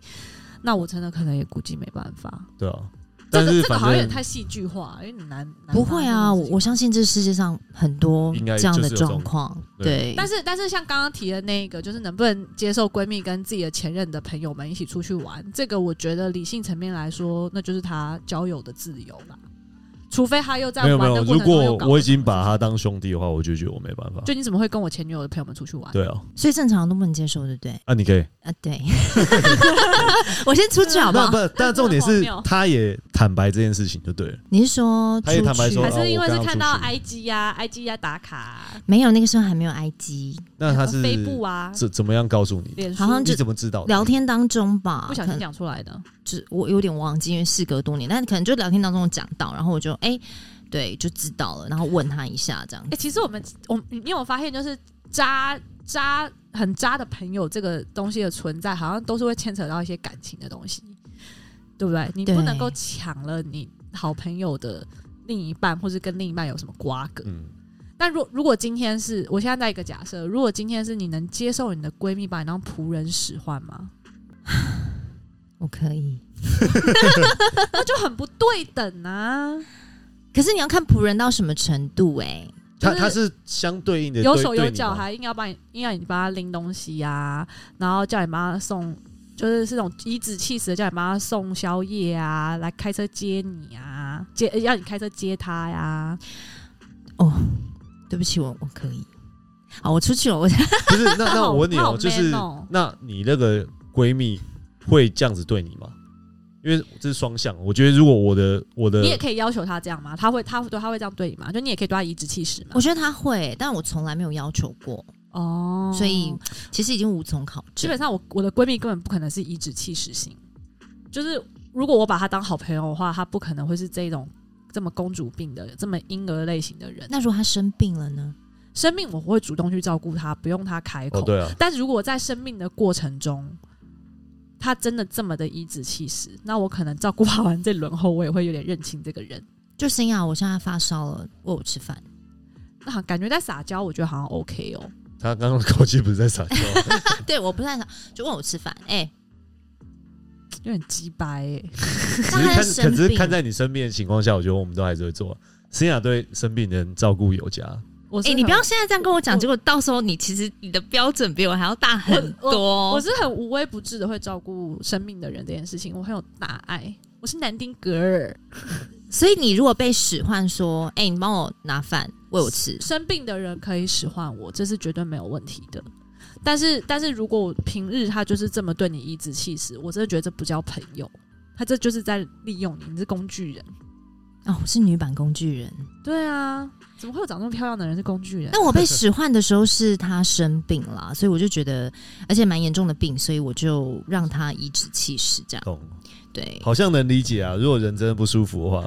S1: 那我真的可能也估计没办法。
S2: 对啊，
S1: 这
S2: 但
S1: 个
S2: 是
S1: 这个
S2: 反
S1: 好像有
S2: 正
S1: 点太戏剧化，因为你难难
S4: 不会啊，
S1: 拿
S4: 我
S1: 这种事情
S4: 我相信这世界上很多
S2: 应该
S4: 这样的
S2: 就是有这种
S4: 状况，
S2: 对
S4: 对，
S1: 但是但是像刚刚提的那一个，就是能不能接受闺蜜跟自己的前任的朋友们一起出去玩，这个我觉得理性层面来说，那就是他交友的自由啦。除非他又在
S2: 没
S1: 玩
S2: 有没
S1: 的过
S2: 有，如
S1: 程中
S2: 果
S1: 又搞
S2: 我已
S1: 了什
S2: 经
S1: 么
S2: 把
S1: 事
S2: 他当兄弟的话，我就觉得我没办法。
S1: 就你怎么会跟我前女友的朋友们出去玩？
S2: 对啊，
S4: 所以正常人都不能接受，对不对？
S2: 啊，你可以。啊
S4: 啊，对， 我先出去好不好
S1: 啊
S2: 不？不，但重点
S1: 荒
S2: 是
S1: 谬
S2: 他也坦白这件事情就对了。
S4: 你是说出
S2: 他也坦白
S4: 去
S2: 说
S1: 还
S2: 啊我
S1: 是因为
S2: 跟
S1: 是
S2: 他
S1: 看
S2: 出
S1: 到
S2: 去
S1: IG 呀、IG 呀、打卡啊、
S4: 没有？那个时候还没有 IG，
S2: 那他是
S1: 飞布啊，
S2: 怎怎么样告诉你？
S1: 脸书
S4: 好像
S2: 你怎么知道的？
S4: 聊天当中吧，
S1: 不小
S4: 可
S1: 心
S4: 能
S1: 讲出来的。
S4: 就是我有点忘记，因为事隔多年，但可能就聊天当中讲到，然后我就哎、对，就知道了，然后问他一下这样
S1: 哎、其实我们我你有没有发现，就是渣渣很渣的朋友这个东西的存在，好像都是会牵扯到一些感情的东西，对不对？你
S4: 对
S1: 不能够抢了你好朋友的另一半，或是跟另一半有什么瓜葛。
S2: 嗯，
S1: 但如如果今天是我现在在一个假设，如果今天是你能接受你的闺蜜把你当仆人使唤吗？
S4: 我可以。
S1: 那就很不对等啊！
S4: 可是你要看仆人到什么程度哎、
S2: 他
S1: 就是
S2: 他是相对应的
S1: 有
S2: 对
S1: 手
S2: 对
S1: 有
S2: 你
S1: 脚，
S2: 吗
S1: 还硬要帮你，硬要你帮他拎东西呀、然后叫你帮他送，就是是那种颐指气使的叫你帮他送宵夜啊，来开车接你啊，接呃要你开车接他呀、
S4: 对不起，我我可以。好，我出去了，我
S2: 不是？那
S1: 他
S2: 那
S1: 好
S2: 我问你
S1: 他
S2: 哦、
S1: 好
S2: 就是
S1: man 哦
S2: 那你那个闺蜜会这样子对你吗？因为这是双向，我觉得如果我的我的
S1: 你也可以要求他这样吗？他会，他会对他会这样对你吗？就你也可以对他颐指气使吗
S4: 我？觉得他会，但我从来没有要求过，
S1: 哦，
S4: 所以其实已经无从考
S1: 基
S4: 证。
S1: 本上我我的闺蜜根本不可能是颐指气使型，就是如果我把她当好朋友的话，她不可能会是这种这么公主病的、这么婴儿类型的人。
S4: 那如果他生病了呢？
S1: 生命我会主动去照顾他，不用他开口。
S2: 哦对啊，
S1: 但是如果在生命的过程中，他真的这么的颐指气使，那我可能照顾好完这轮后，我也会有点认清这个人。
S4: 就森雅，我现在发烧了，喂我吃饭。
S1: 那感觉在撒娇，我觉得好像 OK 哦。
S2: 他刚刚的口气不是在撒娇，
S4: 啊对，我不太想，就问我吃饭。哎、
S1: 有点鸡掰欸，
S2: 只是
S4: 但他在
S2: 看，可
S4: 生
S2: 只是
S4: 病
S2: 看在你生病的情况下，我觉得我们都还是会做。思雅对生病的人照顾有加，
S1: 我是
S4: 哎、
S1: 很、
S4: 你不要现在这样跟我讲，
S1: 我
S4: 结果到时候你其实你的标准比我还要大很
S1: 我
S4: 多。哦
S1: 我是很无微不至的会照顾生命的人这件事情，我很有大爱，我是南丁格尔。
S4: 所以你如果被使唤说，哎、你帮我拿饭喂我吃，
S1: 生病的人可以使唤我，这是绝对没有问题的。但是，但是如果我平日他就是这么对你颐指气使，我真的觉得这不叫朋友，他这就是在利用你，你是工具人。
S4: 哦，我是女版工具人。
S1: 对啊，怎么会有长这么漂亮的人是工具人？
S4: 但我被使唤的时候是他生病啦，所以我就觉得，而且蛮严重的病，所以我就让他颐指气使这样。
S2: 懂？
S4: 对，
S2: 好像能理解啊。如果人真的不舒服的话，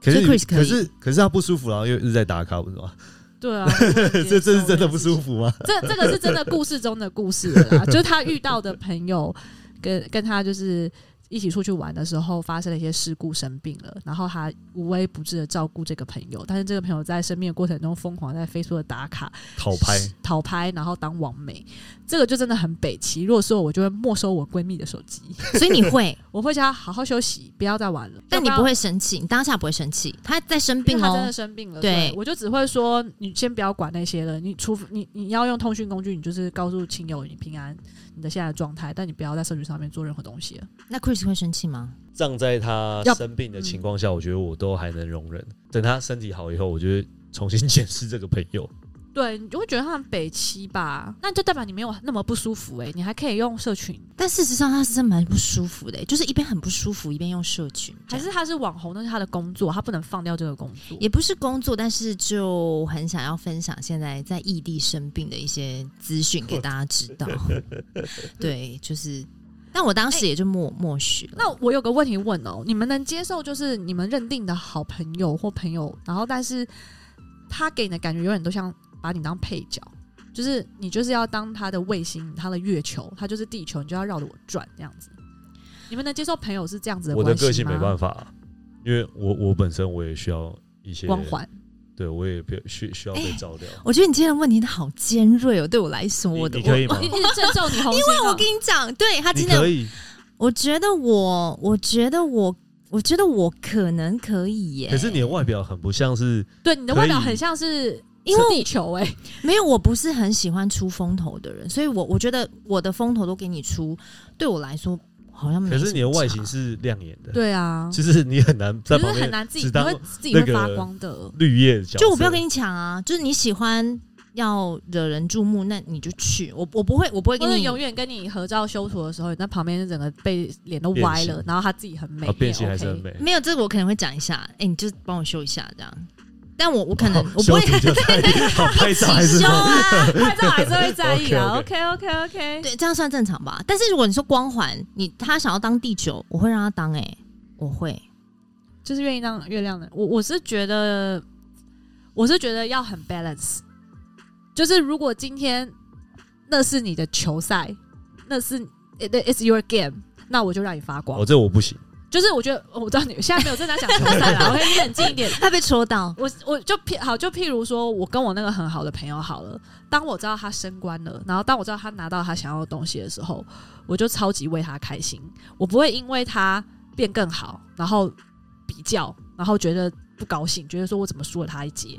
S2: 可
S4: 所
S2: 是
S4: 以
S2: 你
S4: Chris 可以
S2: 可是可是他不舒服，然后又一直在打卡，不是吗？
S1: 对啊，我也接受
S2: 这这是真的不舒
S1: 这件事情。
S2: 服吗？
S1: 这这 个是真的故事中的故事了啦，就是他遇到的朋友跟跟他就是一起出去玩的时候发生了一些事故，生病了，然后他无微不至的照顾这个朋友，但是这个朋友在生病的过程中疯狂在 Facebook 打卡，
S2: 讨拍，
S1: 讨拍，然后当网媒，这个就真的很北齐。如果说我就会没收我闺蜜的手机，
S4: 所以你 会，
S1: 我会叫她好好休息，不要再玩了。
S4: 但你
S1: 要
S4: 不
S1: 然
S4: 会生气，你当下不会生气，他在生
S1: 因
S4: 病
S1: 为她真
S4: 哦
S1: 的，生病了，
S4: 对
S1: 对我就只会说你先不要管那些了，你除非你你要用通讯工具，你就是告诉亲友你平安你的现在的状态，但你不要在社群上面做任何东西了。
S4: 那 Chris 会生气吗？
S2: 葬在他
S1: 要
S2: 生病的情况下，我觉得我都还能容忍。等他身体好以后，我就会重新检视这个朋友。
S1: 对，你就会觉得他很北七吧？那就代表你没有那么不舒服欸诶、你还可以用社群，
S4: 但事实上他是真蛮不舒服的、就是一边很不舒服，一边用社群，
S1: 还是他是网红，那是他的工作，他不能放掉这个工作。
S4: 也不是工作，但是就很想要分享现在在异地生病的一些资讯给大家知 道。 对，就是，但我当时也就默、默许了。
S1: 那我有个问题问哦，你们能接受就是你们认定的好朋友或朋友，然后但是他给你的感觉永远都像把你当配角，就是你就是要当他的卫星，他的月球，他就是地球，你就要绕着我转这样子。你们能接受朋友是这样子的
S2: 我的
S1: 关
S2: 个
S1: 系
S2: 性
S1: 吗？
S2: 没办法、因为我我本身我也需要一些
S1: 光，环，
S2: 对我也不需需要被
S4: 哎
S2: 照料。
S4: 我觉得你今天的问题好尖锐哦，对我来说，
S2: 你
S4: 我的
S2: 你可以吗？
S1: 一直正中你红心、哦。因为
S4: 我我跟你讲，对他
S2: 你
S4: 今天
S2: 可以，
S4: 我觉得我，我觉得我，我觉得我可能可以耶。
S2: 可是你的外表很不像是
S1: 对你的外表
S2: 可以
S1: 很像是
S4: 因为
S1: 是地球哎、
S4: 没有，我不是很喜欢出风头的人，所以我我觉得我的风头都给你出，对我来说好像没
S2: 可是你的
S4: 什么
S2: 外
S4: 差
S2: 形是亮眼的，
S1: 嗯对啊，
S2: 就是你很难在
S1: 就
S2: 旁
S1: 是很
S2: 边
S1: 难自己
S2: 只
S1: 你
S2: 当
S1: 会自己会
S2: 那个
S1: 发光的。
S2: 绿叶的角色。
S4: 就我不要跟你抢啊，就是你喜欢要惹人注目，那你就去。我我不会，我不会
S1: 或
S4: 跟
S1: 者
S4: 你
S1: 永远跟你合照修图的时候，你在旁边整个被脸都
S2: 变
S1: 歪
S2: 形
S1: 了，然后他自己很美，
S2: 啊，变
S1: 也
S2: 性还是很
S1: OK
S2: 美，
S4: 没有这个，我可能会讲一下。哎、你就帮我修一下这样。但我我可能、我不
S2: 哦修
S4: 会
S2: 图就 在 拍照还
S4: 起
S2: 是
S4: 修啊，
S1: 拍照还是会在意 啊。OK
S2: OK，OK
S1: OK OK，
S4: 对，这样算正常吧。但是如果你说光环，你他想要当第九，我会让他当哎、我会。
S1: 就是愿意让月亮的。我我是觉得，我是觉得要很 balance，就是如果今天那是你的球赛，那是 it, it's your game，那我就让你发光。
S2: 哦，这我不行。
S1: 就是我觉得我知道你现在没有正在讲球赛了，OK，你冷静一点。
S4: 他被戳到，
S1: 我我就譬好，就譬如说，我跟我那个很好的朋友好了，当我知道他升官了，然后当我知道他拿到他想要的东西的时候，我就超级为他开心。我不会因为他变更好，然后比较，然后觉得不高兴，觉得说我怎么输了他一截，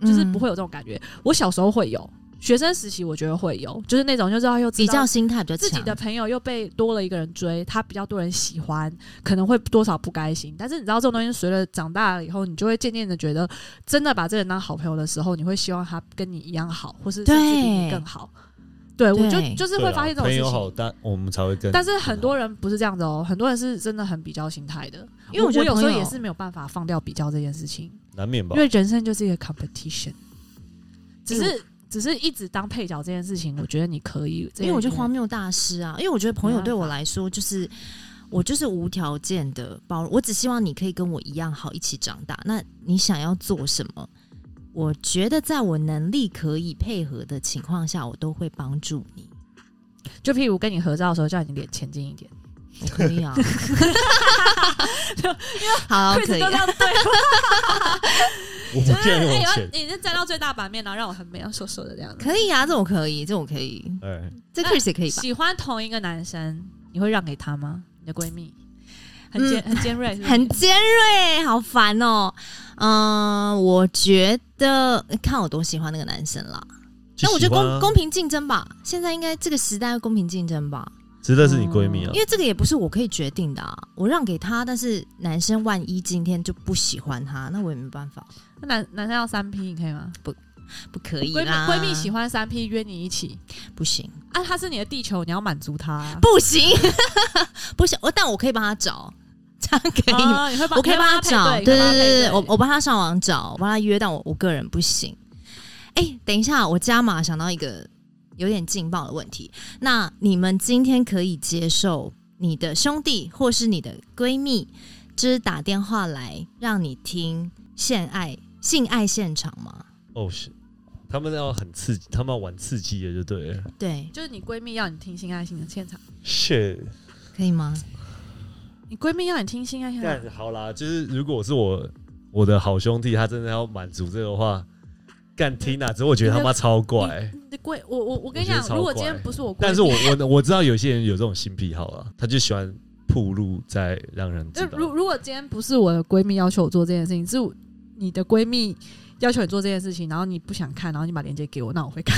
S1: 就是不会
S4: 嗯、
S1: 有这种感觉。我小时候会有，学生时期我觉得会有，就是那种就是哎又知
S4: 比
S1: 道
S4: 较心态比较强。
S1: 自己的朋友又被多了一个人追，他比较多人喜欢，可能会多少不开心。但是你知道，这种东西随着长大了以后，你就会渐渐的觉得，真的把这个人当好朋友的时候，你会希望他跟你一样好，或是甚至比你
S4: 对
S1: 更好。对，我就
S4: 对
S1: 就是会发现这种
S2: 啊朋
S1: 事
S2: 友好，
S1: 情。
S2: 但我们才会跟。
S1: 但是很多人不是这样的哦，很多人是真的很比较心态的，
S4: 因为我
S1: 我
S4: 觉得
S1: 有时候
S4: 朋友
S1: 也是没有办法放掉比较这件事情，
S2: 难免吧
S1: 因，为人生就是一个 competition，只
S4: 因为
S1: 是只是一直当配角这件事情，我觉得你可以，
S4: 因为我就
S1: 这个
S4: 荒谬大师啊，因为我觉得朋友对我来说就是。我就是无条件的包容，我只希望你可以跟我一样好，一起长大。那你想要做什么？我觉得在我能力可以配合的情况下，我都会帮助你。
S1: 就譬如跟你合照的时候，叫你脸前进一点。
S4: 我可 以啊，好，
S1: Chris
S4: 可以啊
S1: 都这。样 对我，
S2: 我不
S1: 就是
S2: 愿意
S1: 哎
S2: 往
S1: 呦
S2: 前。
S1: 你是站到最大版面，然后让我很美，要瘦瘦的这样子。
S4: 可以啊，这我可以，这我可以，
S2: 哎，
S4: 这 Chris 也可以吧？
S1: 喜欢同一个男生，你会让给他吗？你的闺蜜很尖、嗯很尖锐是不是，
S4: 很尖锐，好烦哦。嗯、我觉得看我多喜欢那个男生啦。
S2: 去
S4: 那我觉
S2: 喜
S4: 得
S2: 欢啊
S4: 公公平竞争吧，现在应该这个时代要公平竞争吧，
S2: 值得是你闺蜜啊
S1: 嗯
S4: 因。为这个也不是我可以决定的啊，我让给他，但是男生万一今天就不喜欢他，那我也没办法，
S1: 那男男生要三 P，你可以吗？
S4: 不可以
S1: 闺蜜
S4: 啦，
S1: 闺蜜喜欢三 P，约你一起
S4: 不行，
S1: 啊，他是你的地球，你要满足他、啊
S4: 不行， 不行，我但我可以帮他找，这样可以吗？
S1: 哦你会帮
S4: 我可以帮他
S1: 配
S4: 找，
S1: 对
S4: 对对对对，我
S1: 我
S4: 我帮他上网找，我帮他约，但我我个人不行。哎、等一下，我加码想到一个有点劲爆的问题。那你们今天可以接受你的兄弟或是你的闺蜜，就是打电话来让你听现爱性爱现场吗？
S2: 哦，是，他们要很刺激，他们要玩刺激的就对了。
S4: 对，
S1: 就是你闺蜜要你听性爱性的现场，
S2: 是，
S4: 可以吗？
S1: 你闺蜜要你听心安啊
S2: 但
S1: 呀，
S2: 好啦，就是如果是我我的好兄弟，他真的要满足这个话，干 Tina，只是我觉得他妈超怪。
S1: 你的闺我我我跟你
S2: 我觉得
S1: 讲，
S2: 超
S1: 如果今
S2: 怪
S1: 天不是我闺蜜，
S2: 但是我我我知道有些人有这种性癖好啊，他就喜欢铺路，在让人知
S1: 就
S2: 道。
S1: 如如果今天不是我的闺蜜要求我做这件事情，是你的闺蜜要求你做这件事情，然后你不想看，然后你把链接给我，那我会 看，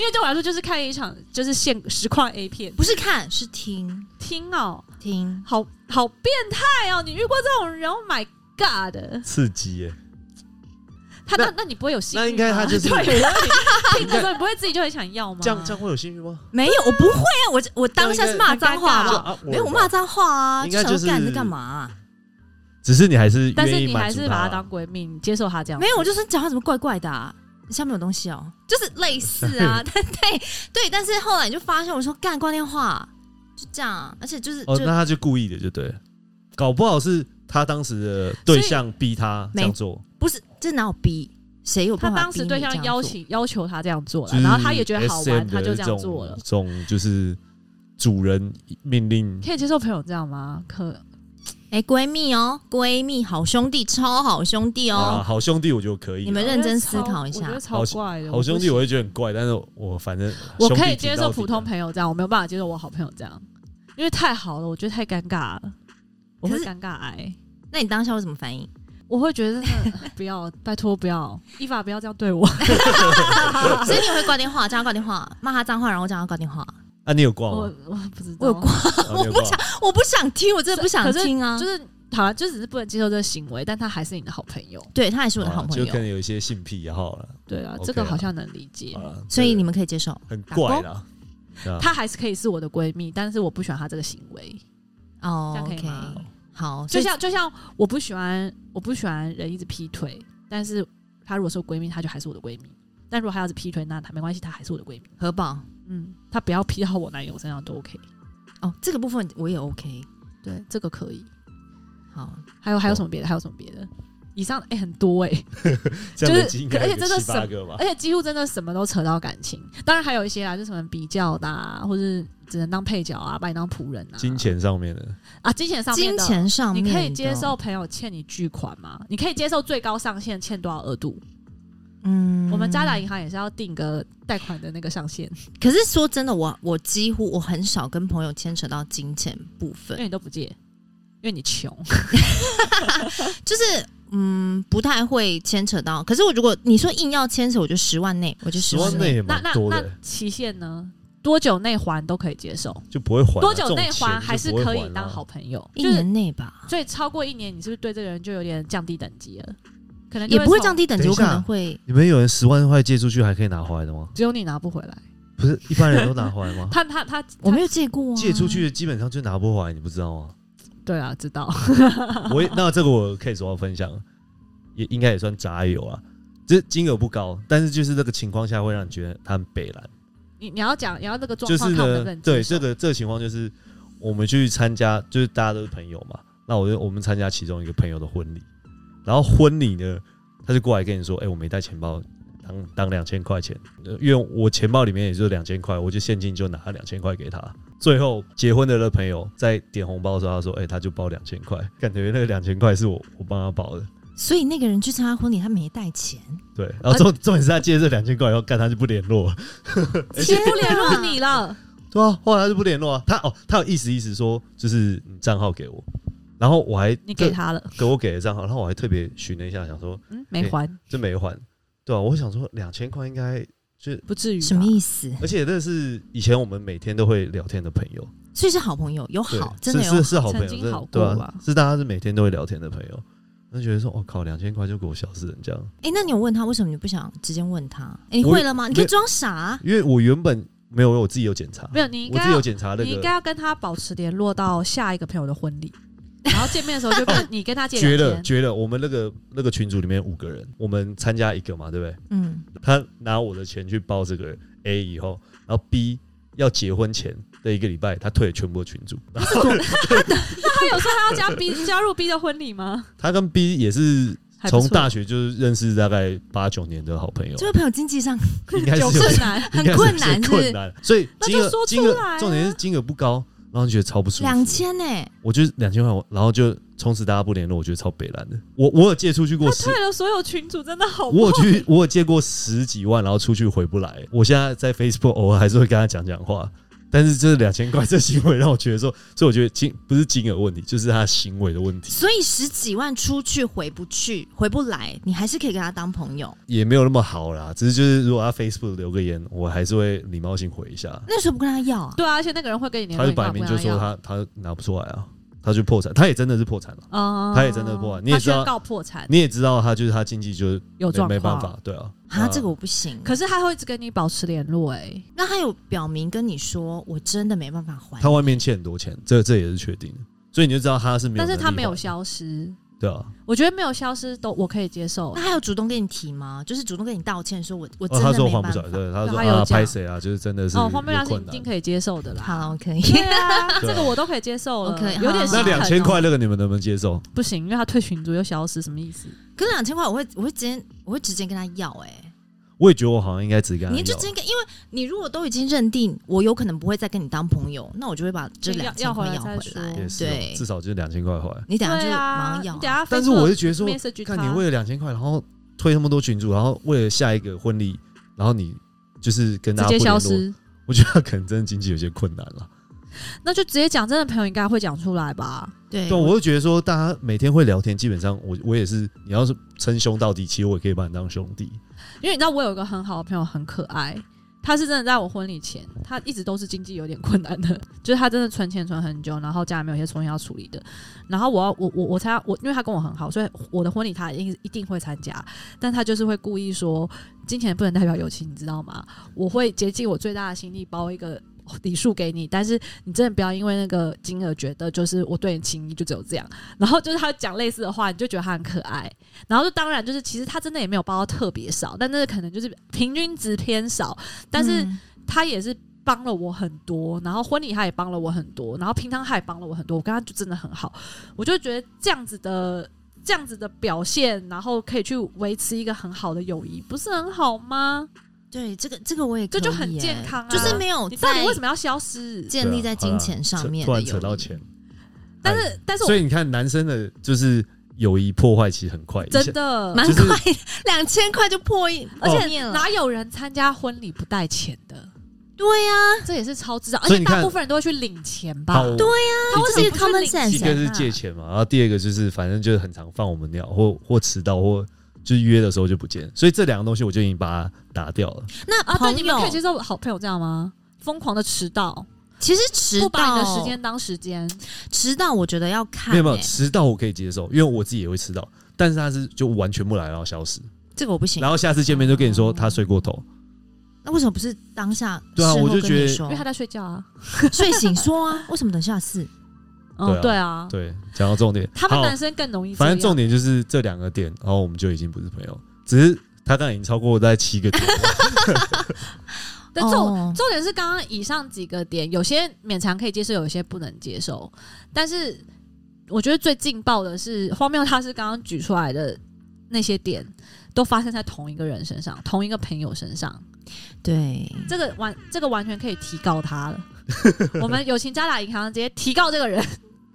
S1: 因为对我来说就是看一场就是现实况 A 片，
S4: 不是看是听
S1: 听哦，
S4: 听，
S1: 好好变态哦，你遇过这种人？Oh my god！
S2: 刺激耶、
S1: 他那那你不会有兴趣吗？
S2: 那应该 他就是
S1: 对，我问你听的时候你不会自己就很想要吗？
S2: 这样这样会有兴趣吗？
S4: 没有，我不会啊，我我当下是骂脏话
S1: 好
S4: 吧？
S2: 啊，
S4: 没有，我骂
S2: 他，
S4: 脏话啊，
S2: 应
S4: 就
S2: 该
S4: 想
S2: 就
S4: 说干
S2: 是
S4: 这干嘛啊？
S2: 只是你还是
S1: 但是
S2: 愿意
S1: 你还
S2: 满足
S1: 是把她当闺蜜，你接受她这样
S4: 没有，我就是讲话怎么怪怪的、啊，你下面有东西哦，就是 类似啊，但对对，但是后来你就发现，我说干挂电话，就这样，而且就是就、
S2: 哦，那他就故意的，就对了。搞不好是他当时的对象逼他这样做，
S4: 不是这哪有逼，谁有
S1: 他
S4: 办法
S1: 当时
S4: 逼你
S1: 对
S4: 这样
S1: 象邀
S4: 做，
S1: 请要求他这样做
S2: 就
S1: 了，
S2: 是
S1: 然后他也觉得好
S2: SM
S1: 玩，
S2: 的
S1: 他就这样做了
S2: 这。种这种就是主人命令，
S1: 可以接受朋友这样吗？可
S4: 哎，闺蜜哦，闺蜜，好兄弟，超好兄弟
S2: 啊，
S4: 哦，
S2: 好兄弟我就可以啊。
S4: 你们认真思考一下
S1: 我觉得超怪的。
S2: 好兄弟，
S1: 我
S2: 我会觉得很怪，但是我反正
S1: 不行
S2: 兄
S1: 我
S2: 弟
S1: 可以
S2: 挺
S1: 接
S2: 到
S1: 受
S2: 底的
S1: 普通朋友这样，我没有办法接受我好朋友这样，因为太好了，我觉得太尴尬了，我会
S4: 可是
S1: 尴尬癌，
S4: 那你当下会怎么反应？
S1: 我会觉得真的不要，拜托不 要，伊法不要这样对我。
S4: 所以你会挂电话，叫他挂电话，骂他脏话，然后叫他挂电话，
S2: 啊，你有挂
S1: 我
S2: 吗？
S1: 我不知道，
S4: 我有挂，
S2: 啊
S4: 我
S2: 你有
S4: 不
S2: 挂
S4: 想，我不想听，我真的不想
S1: 可是
S4: 听啊，
S1: 就是好像就只是不能接受这个行为，但他还是你的好朋友。
S4: 对他也是我的好
S2: 啊
S4: 朋
S2: 就可
S4: 友，
S2: 能有一些性癖好了，
S1: 对啊，
S2: OK
S1: 这个
S2: 啦
S1: 好像能理解
S2: 好。了，
S4: 所以
S2: 对
S4: 你们可以接受
S2: 很怪啦。对啊
S1: 她还是可以是我的闺蜜，但是我不喜欢她这个行为。这
S4: 哦
S1: 样可以
S4: ，OK，
S1: 吗
S4: 好，所
S1: 就
S4: 以
S1: 像就像我不喜欢我不喜欢人一直劈腿，但是她如果是我闺蜜，她就还是我的闺蜜。但如果她要是劈腿，那她没关系，她还是我的闺蜜。
S4: 核保。
S1: 嗯，她不要劈到我男友身上都 OK。
S4: 哦，这个部分我也 OK。
S1: 对，这个可以。
S4: 好，
S1: 还有还有什么别的？还有什么别的？以上哎、很多哎、
S2: 这
S1: 就
S2: 样
S1: 是
S2: 累积应该
S1: 可而且
S2: 有个
S1: 这个
S2: 七八个吧
S4: 啊
S1: 而，且几乎真的什么都扯到感情。当然还有一些啦，啊就什么比较的、啊，或是只能当配角啊，把你当仆人啊，
S2: 金钱上面的
S1: 啊，金钱上面
S4: 金
S1: 的。
S4: 钱上
S1: 你
S4: 面
S1: 可以接
S4: 的
S1: 受，朋友欠你巨款吗？你可以接受最高上限欠多少额度？
S4: 嗯
S1: 我们渣打
S2: 嗯
S1: 银行也是要定个贷款的那个上 限，
S4: 可是说真的，我我几乎我很少跟朋友牵扯到金钱部
S1: 因
S4: 分
S1: 为，你都不借，因为你穷。
S4: 就是嗯不太会牵扯到。可是我如果你说硬要牵扯，我就十万内，我就
S2: 十
S4: 十
S2: 万内
S4: 内。
S2: 也
S1: 那
S2: 蛮
S1: 那
S2: 多的，
S1: 那期限呢？多久内还都可以接受，
S2: 就不会还啊
S1: 多久内
S2: 这种钱
S1: 还还是
S2: 就不会
S1: 可以
S2: 还啊
S1: 当好朋友。
S4: 一
S1: 就是
S4: 年内吧，
S1: 所以超过一年，你是不是对这个人就有点降低等级了？可能就
S4: 也不会
S1: 从
S4: 降，低等级，
S2: 等一
S4: 我
S2: 下
S4: 可能会
S2: 你们有人十万块借出去还可以拿回来的吗？
S1: 只有你拿不回来。
S2: 不是一般人都拿回来
S1: ？
S2: 吗
S1: 他他他，
S4: 我没
S1: 有
S4: 有借过啊，
S2: 借出去的基本上就拿不回来，你不 知道吗？
S1: 对啊，知道。
S2: 我也那这个我可以说要分享，也应该也算渣友啊。这金额不高，但是就是这个情况下会让你觉得他很北蓝。
S1: 你你要讲，你要那个状
S2: 就是
S1: 况看我能
S2: 呢
S1: 不能，接
S2: 对
S1: 受
S2: 这个这个情况就是我们去参加，就是大家都是朋友嘛，那我就我们参加其中一个朋友的婚礼，然后婚礼呢，他就过来跟你说，哎、我没带钱包，当当两千块钱，呃因为我钱包里面也就两千块，我就现金就拿两千块给他。最后结婚的那朋友在点红包的时候，他说，哎、他就包两千块，感觉那个两千块是我我帮他包的。
S4: 所以那个人去参加婚礼，他没带钱，
S2: 对，然后
S1: 啊
S2: 重重点是他借这两千块以后，干他就不联络了。
S1: 先不联
S4: 天
S1: 络
S4: 啊
S1: 你了。
S2: 对啊，后来他就不联络啊。他哦，他有意思意思说，就是你账号给我，然后我还
S1: 你给
S2: 特
S1: 他了，
S2: 给我给的账号，然后我还特别询了一下，想说
S1: 嗯，没还，
S2: 这没还，对啊，我想说两千块应该就是，
S1: 不至于吧。
S4: 什么意思？
S2: 而且那是以前我们每天都会聊天的朋友，
S4: 所以是好朋友，有
S2: 对
S4: 好，，真的
S2: 是
S4: 有
S2: 是是好朋友，
S1: 曾经
S2: 真的
S1: 好过
S2: 对啊
S1: 吧，
S2: 是大家是每天都会聊天的朋友。那觉得说，我、哦靠，两千块就给我小事人这样，
S4: 哎、那你有问他为什么你不想直接问他？哎、你
S2: 我
S4: 会了吗？你可以
S2: 没
S4: 装傻、啊。
S2: 因为我原本没有，我自己有检查，
S1: 没有，你应
S2: 我
S1: 该
S2: 自己
S1: 要
S2: 有检查那
S1: 你应该
S2: 个，
S1: 要跟他保持联络到下一个朋友的婚 礼，然后见面的时候就跟你跟他借
S2: 绝了
S1: 两千
S2: 绝了，我们那个那个群组里面五个人，我们参加一个嘛，对不对？
S4: 嗯，
S2: 他拿我的钱去包这个 A 以后，然后 B 要结婚前的一个礼拜，他退了全部的群组。 然后
S1: 他有说他要加 B 加入 B 的婚礼吗？
S2: 他跟 B 也是
S1: 还不
S2: 从
S1: 错
S2: 大学就是认识大概八九年的好朋友
S4: 这，位朋友经济上
S2: 应该是
S1: 有
S2: 有
S1: 困难，
S2: 应该是有
S4: 很困难
S2: 困难，所以
S1: 那就
S2: 金额
S1: 说出
S2: 金额
S1: 来啊
S2: 重点是金额不高，然后就觉得超不舒服。
S4: 两千呢？
S2: 我就是两千块，我然后就从此大家不联络，我觉得超北蓝的。我我有借出去过十
S1: 退，了所有群主，真的好
S2: 我有去我有借过十几万，然后出去回不来。我现在在 Facebook 偶尔还是会跟他讲讲话，但是这两千块这行为让我觉得说，所以我觉得金不是金额问题，就是他行为的问题，
S4: 所以十几万出去回不去，回不来，你还是可以跟他当朋友。
S2: 也没有那么好啦。只是就是如果他 Facebook 留个言，我还是会礼貌性回一下。
S4: 那时候不跟他要啊？
S1: 对啊，而且那个人会跟你联
S2: 他
S1: 络，
S2: 就
S1: 你干
S2: 摆
S1: 嘛不
S2: 明
S1: 跟
S2: 就说
S1: 要
S2: 他他拿不出来啊，他就破产，他也真的是破产了。
S1: 哦
S2: 他也真的破产你也
S1: 他
S2: 知道
S1: 宣告破产
S2: 你也知道他就是他经济就是
S1: 啊有状
S2: 没
S1: 况，
S2: 没办法，对啊。
S4: 啊，
S2: 啊
S4: 这个我不行。
S1: 可是他会一直跟你保持联络、欸，
S4: 那他有表明跟你说，我真的没办法还。
S2: 他外面欠很多钱，这这也是确定的，所以你就知道他是没有，
S1: 但是他没有，消失。
S2: 对啊，
S1: 我觉得没有消失都我可以接受
S4: 那，他有主动跟你提吗？就是主动跟你道歉，说我我真
S2: 哦，
S4: 的
S2: 他说
S4: 没
S2: 还
S4: 办
S2: 不
S4: 法。
S2: 出来，对，他说
S1: 他有
S2: 啊，
S1: 讲
S2: 拍谁啊，就是真的是
S1: 哦，荒谬大是
S2: 有困
S1: 一
S2: 难
S1: 定可以接受 的啦。
S4: 好，可以。
S1: 对啊，
S2: 对
S1: 这个我都可以接受了
S4: OK，好
S1: 有点
S4: 那
S1: 心
S2: 那
S1: 疼哦
S2: 两千块那个你们能不能接受？
S1: 不行，因为他退群组又消失，什么意思？
S4: 可是两千块，我会我会直接我会直接跟他要、哎，
S2: 我也觉得我好像应该只跟他
S4: 你就
S2: 要
S4: 直接跟，因为你如果都已经认定我有可能不会再跟你当朋友，那我就会把这
S1: 要
S4: 两千块
S1: 要回来
S4: 要回
S1: 再说
S4: 来。
S2: 也是哦，
S4: 对，
S2: 至少就是两千块回来。
S4: 你等下就
S1: 对
S4: 马
S1: 啊，
S4: 上要
S1: 你等下 Facebook
S2: 但是我就觉得说，
S1: message
S2: 看
S1: 他
S2: 你为了两千块，然后推那么多群主，然后为了下一个婚礼，然后你就是跟大
S1: 直接
S2: 家不联
S1: 消
S2: 络，
S1: 失，
S2: 我觉得他可能真的经济有些困难了。
S1: 那就直接讲。真的朋友应该会讲出来吧？
S4: 对
S2: 对，啊我就觉得说，大家每天会聊天，基本上我我也是，你要是称兄道弟，其实我也可以把你当兄弟。
S1: 因为你知道，我有一个很好的朋友，很可爱。他是真的在我婚礼前，他一直都是经济有点困难的，就是他真的存钱存很久，然后家里面有一些东西要处理的。然后我要我我我才要我，因为他跟我很好，所以我的婚礼他一定一定会参加，但他就是会故意说，金钱不能代表友情，你知道吗？我会竭尽我最大的心力包一个礼数给你，但是你真的不要因为那个金额觉得就是我对你情谊就只有这样。然后就是他讲类似的话，你就觉得他很可爱。然后就当然就是，其实他真的也没有包到特别少，但那个可能就是平均值偏少，但是
S4: 嗯
S1: 他也是帮了我很多，然后婚礼他也帮了我很多，然后平常他也帮了我很多，我跟他就真的很好，我就觉得这样子的这样子的表现，然后可以去维持一个很好的友谊，不是很好吗？
S4: 对这个这个我也
S1: 这
S4: 可
S1: 就
S4: 以
S1: 很
S4: 耶
S1: 健康啊
S4: 就是没有
S2: 哦
S1: 你到底
S4: 在
S1: 为什么要消失？
S4: 建立在
S2: 对啊好
S4: 金
S2: 啦
S4: 钱上
S2: 扯
S4: 面
S2: 突
S4: 的
S2: 然
S4: 友
S2: 扯
S4: 谊。
S2: 到钱，哎
S1: 但是但是
S2: 所
S1: 我
S2: 以你看，男生的就是友谊破坏其实很快，一下
S1: 真的
S4: 蛮
S2: 就是
S4: 快，两千块就破亿，
S1: 而且
S2: 哦
S4: 面了。
S1: 哪有人参加婚礼不带钱的？
S4: 对啊呀、
S1: 这也是超智障，而
S2: 所
S1: 且
S2: 以你看
S1: 大部分人都会去领钱吧
S2: 好，？
S1: 对
S4: 他为什么
S1: 不去
S4: common
S1: 领啊
S4: sense？
S2: 一个是借钱嘛，然后第二个就是反正就是很常放我们鸟，或或迟到，或就是约的时候就不见，所以这两个东西我就已经把它打掉了。
S4: 那
S1: 啊，对，
S4: 朋
S1: 你
S4: 友、
S1: 们可以接受好朋友这样吗？疯狂的迟到，
S4: 其实迟
S1: 不把你
S4: 到
S1: 的时间当时间，
S4: 迟到，我觉得要看、
S2: 没
S4: 欸。
S2: 有没有迟到我可以接受，因为我自己也会迟到，但是他是就完全不来，然后消失，
S4: 这个我不行
S2: 然。后下次见面就跟你说他睡过头，
S4: 那为什么不是当下？
S2: 对啊
S4: 事后
S2: 我就
S4: 跟
S2: 觉得
S4: 你说
S1: 因为他在睡觉啊。
S4: 睡醒说啊，为什么等下是？
S2: 对
S1: 嗯，
S2: 啊
S1: 对啊，
S2: 对，讲到重点，
S1: 他们
S2: 好
S1: 男生更容易这样。
S2: 反正重点就是这两个点，然后我们就已经不是朋友，只是他刚才已经超过在七个点了，
S1: 但重
S4: 哦
S1: 重点是刚刚以上几个点，有些勉强可以接受，有些不能接受。但是我觉得最劲爆的是荒谬，他是刚刚举出来的那些点，都发生在同一个人身上，同一个朋友身上。
S4: 对，
S1: 这个完，这个完全可以提告他 了。我们友情渣打银行直接提告这个人，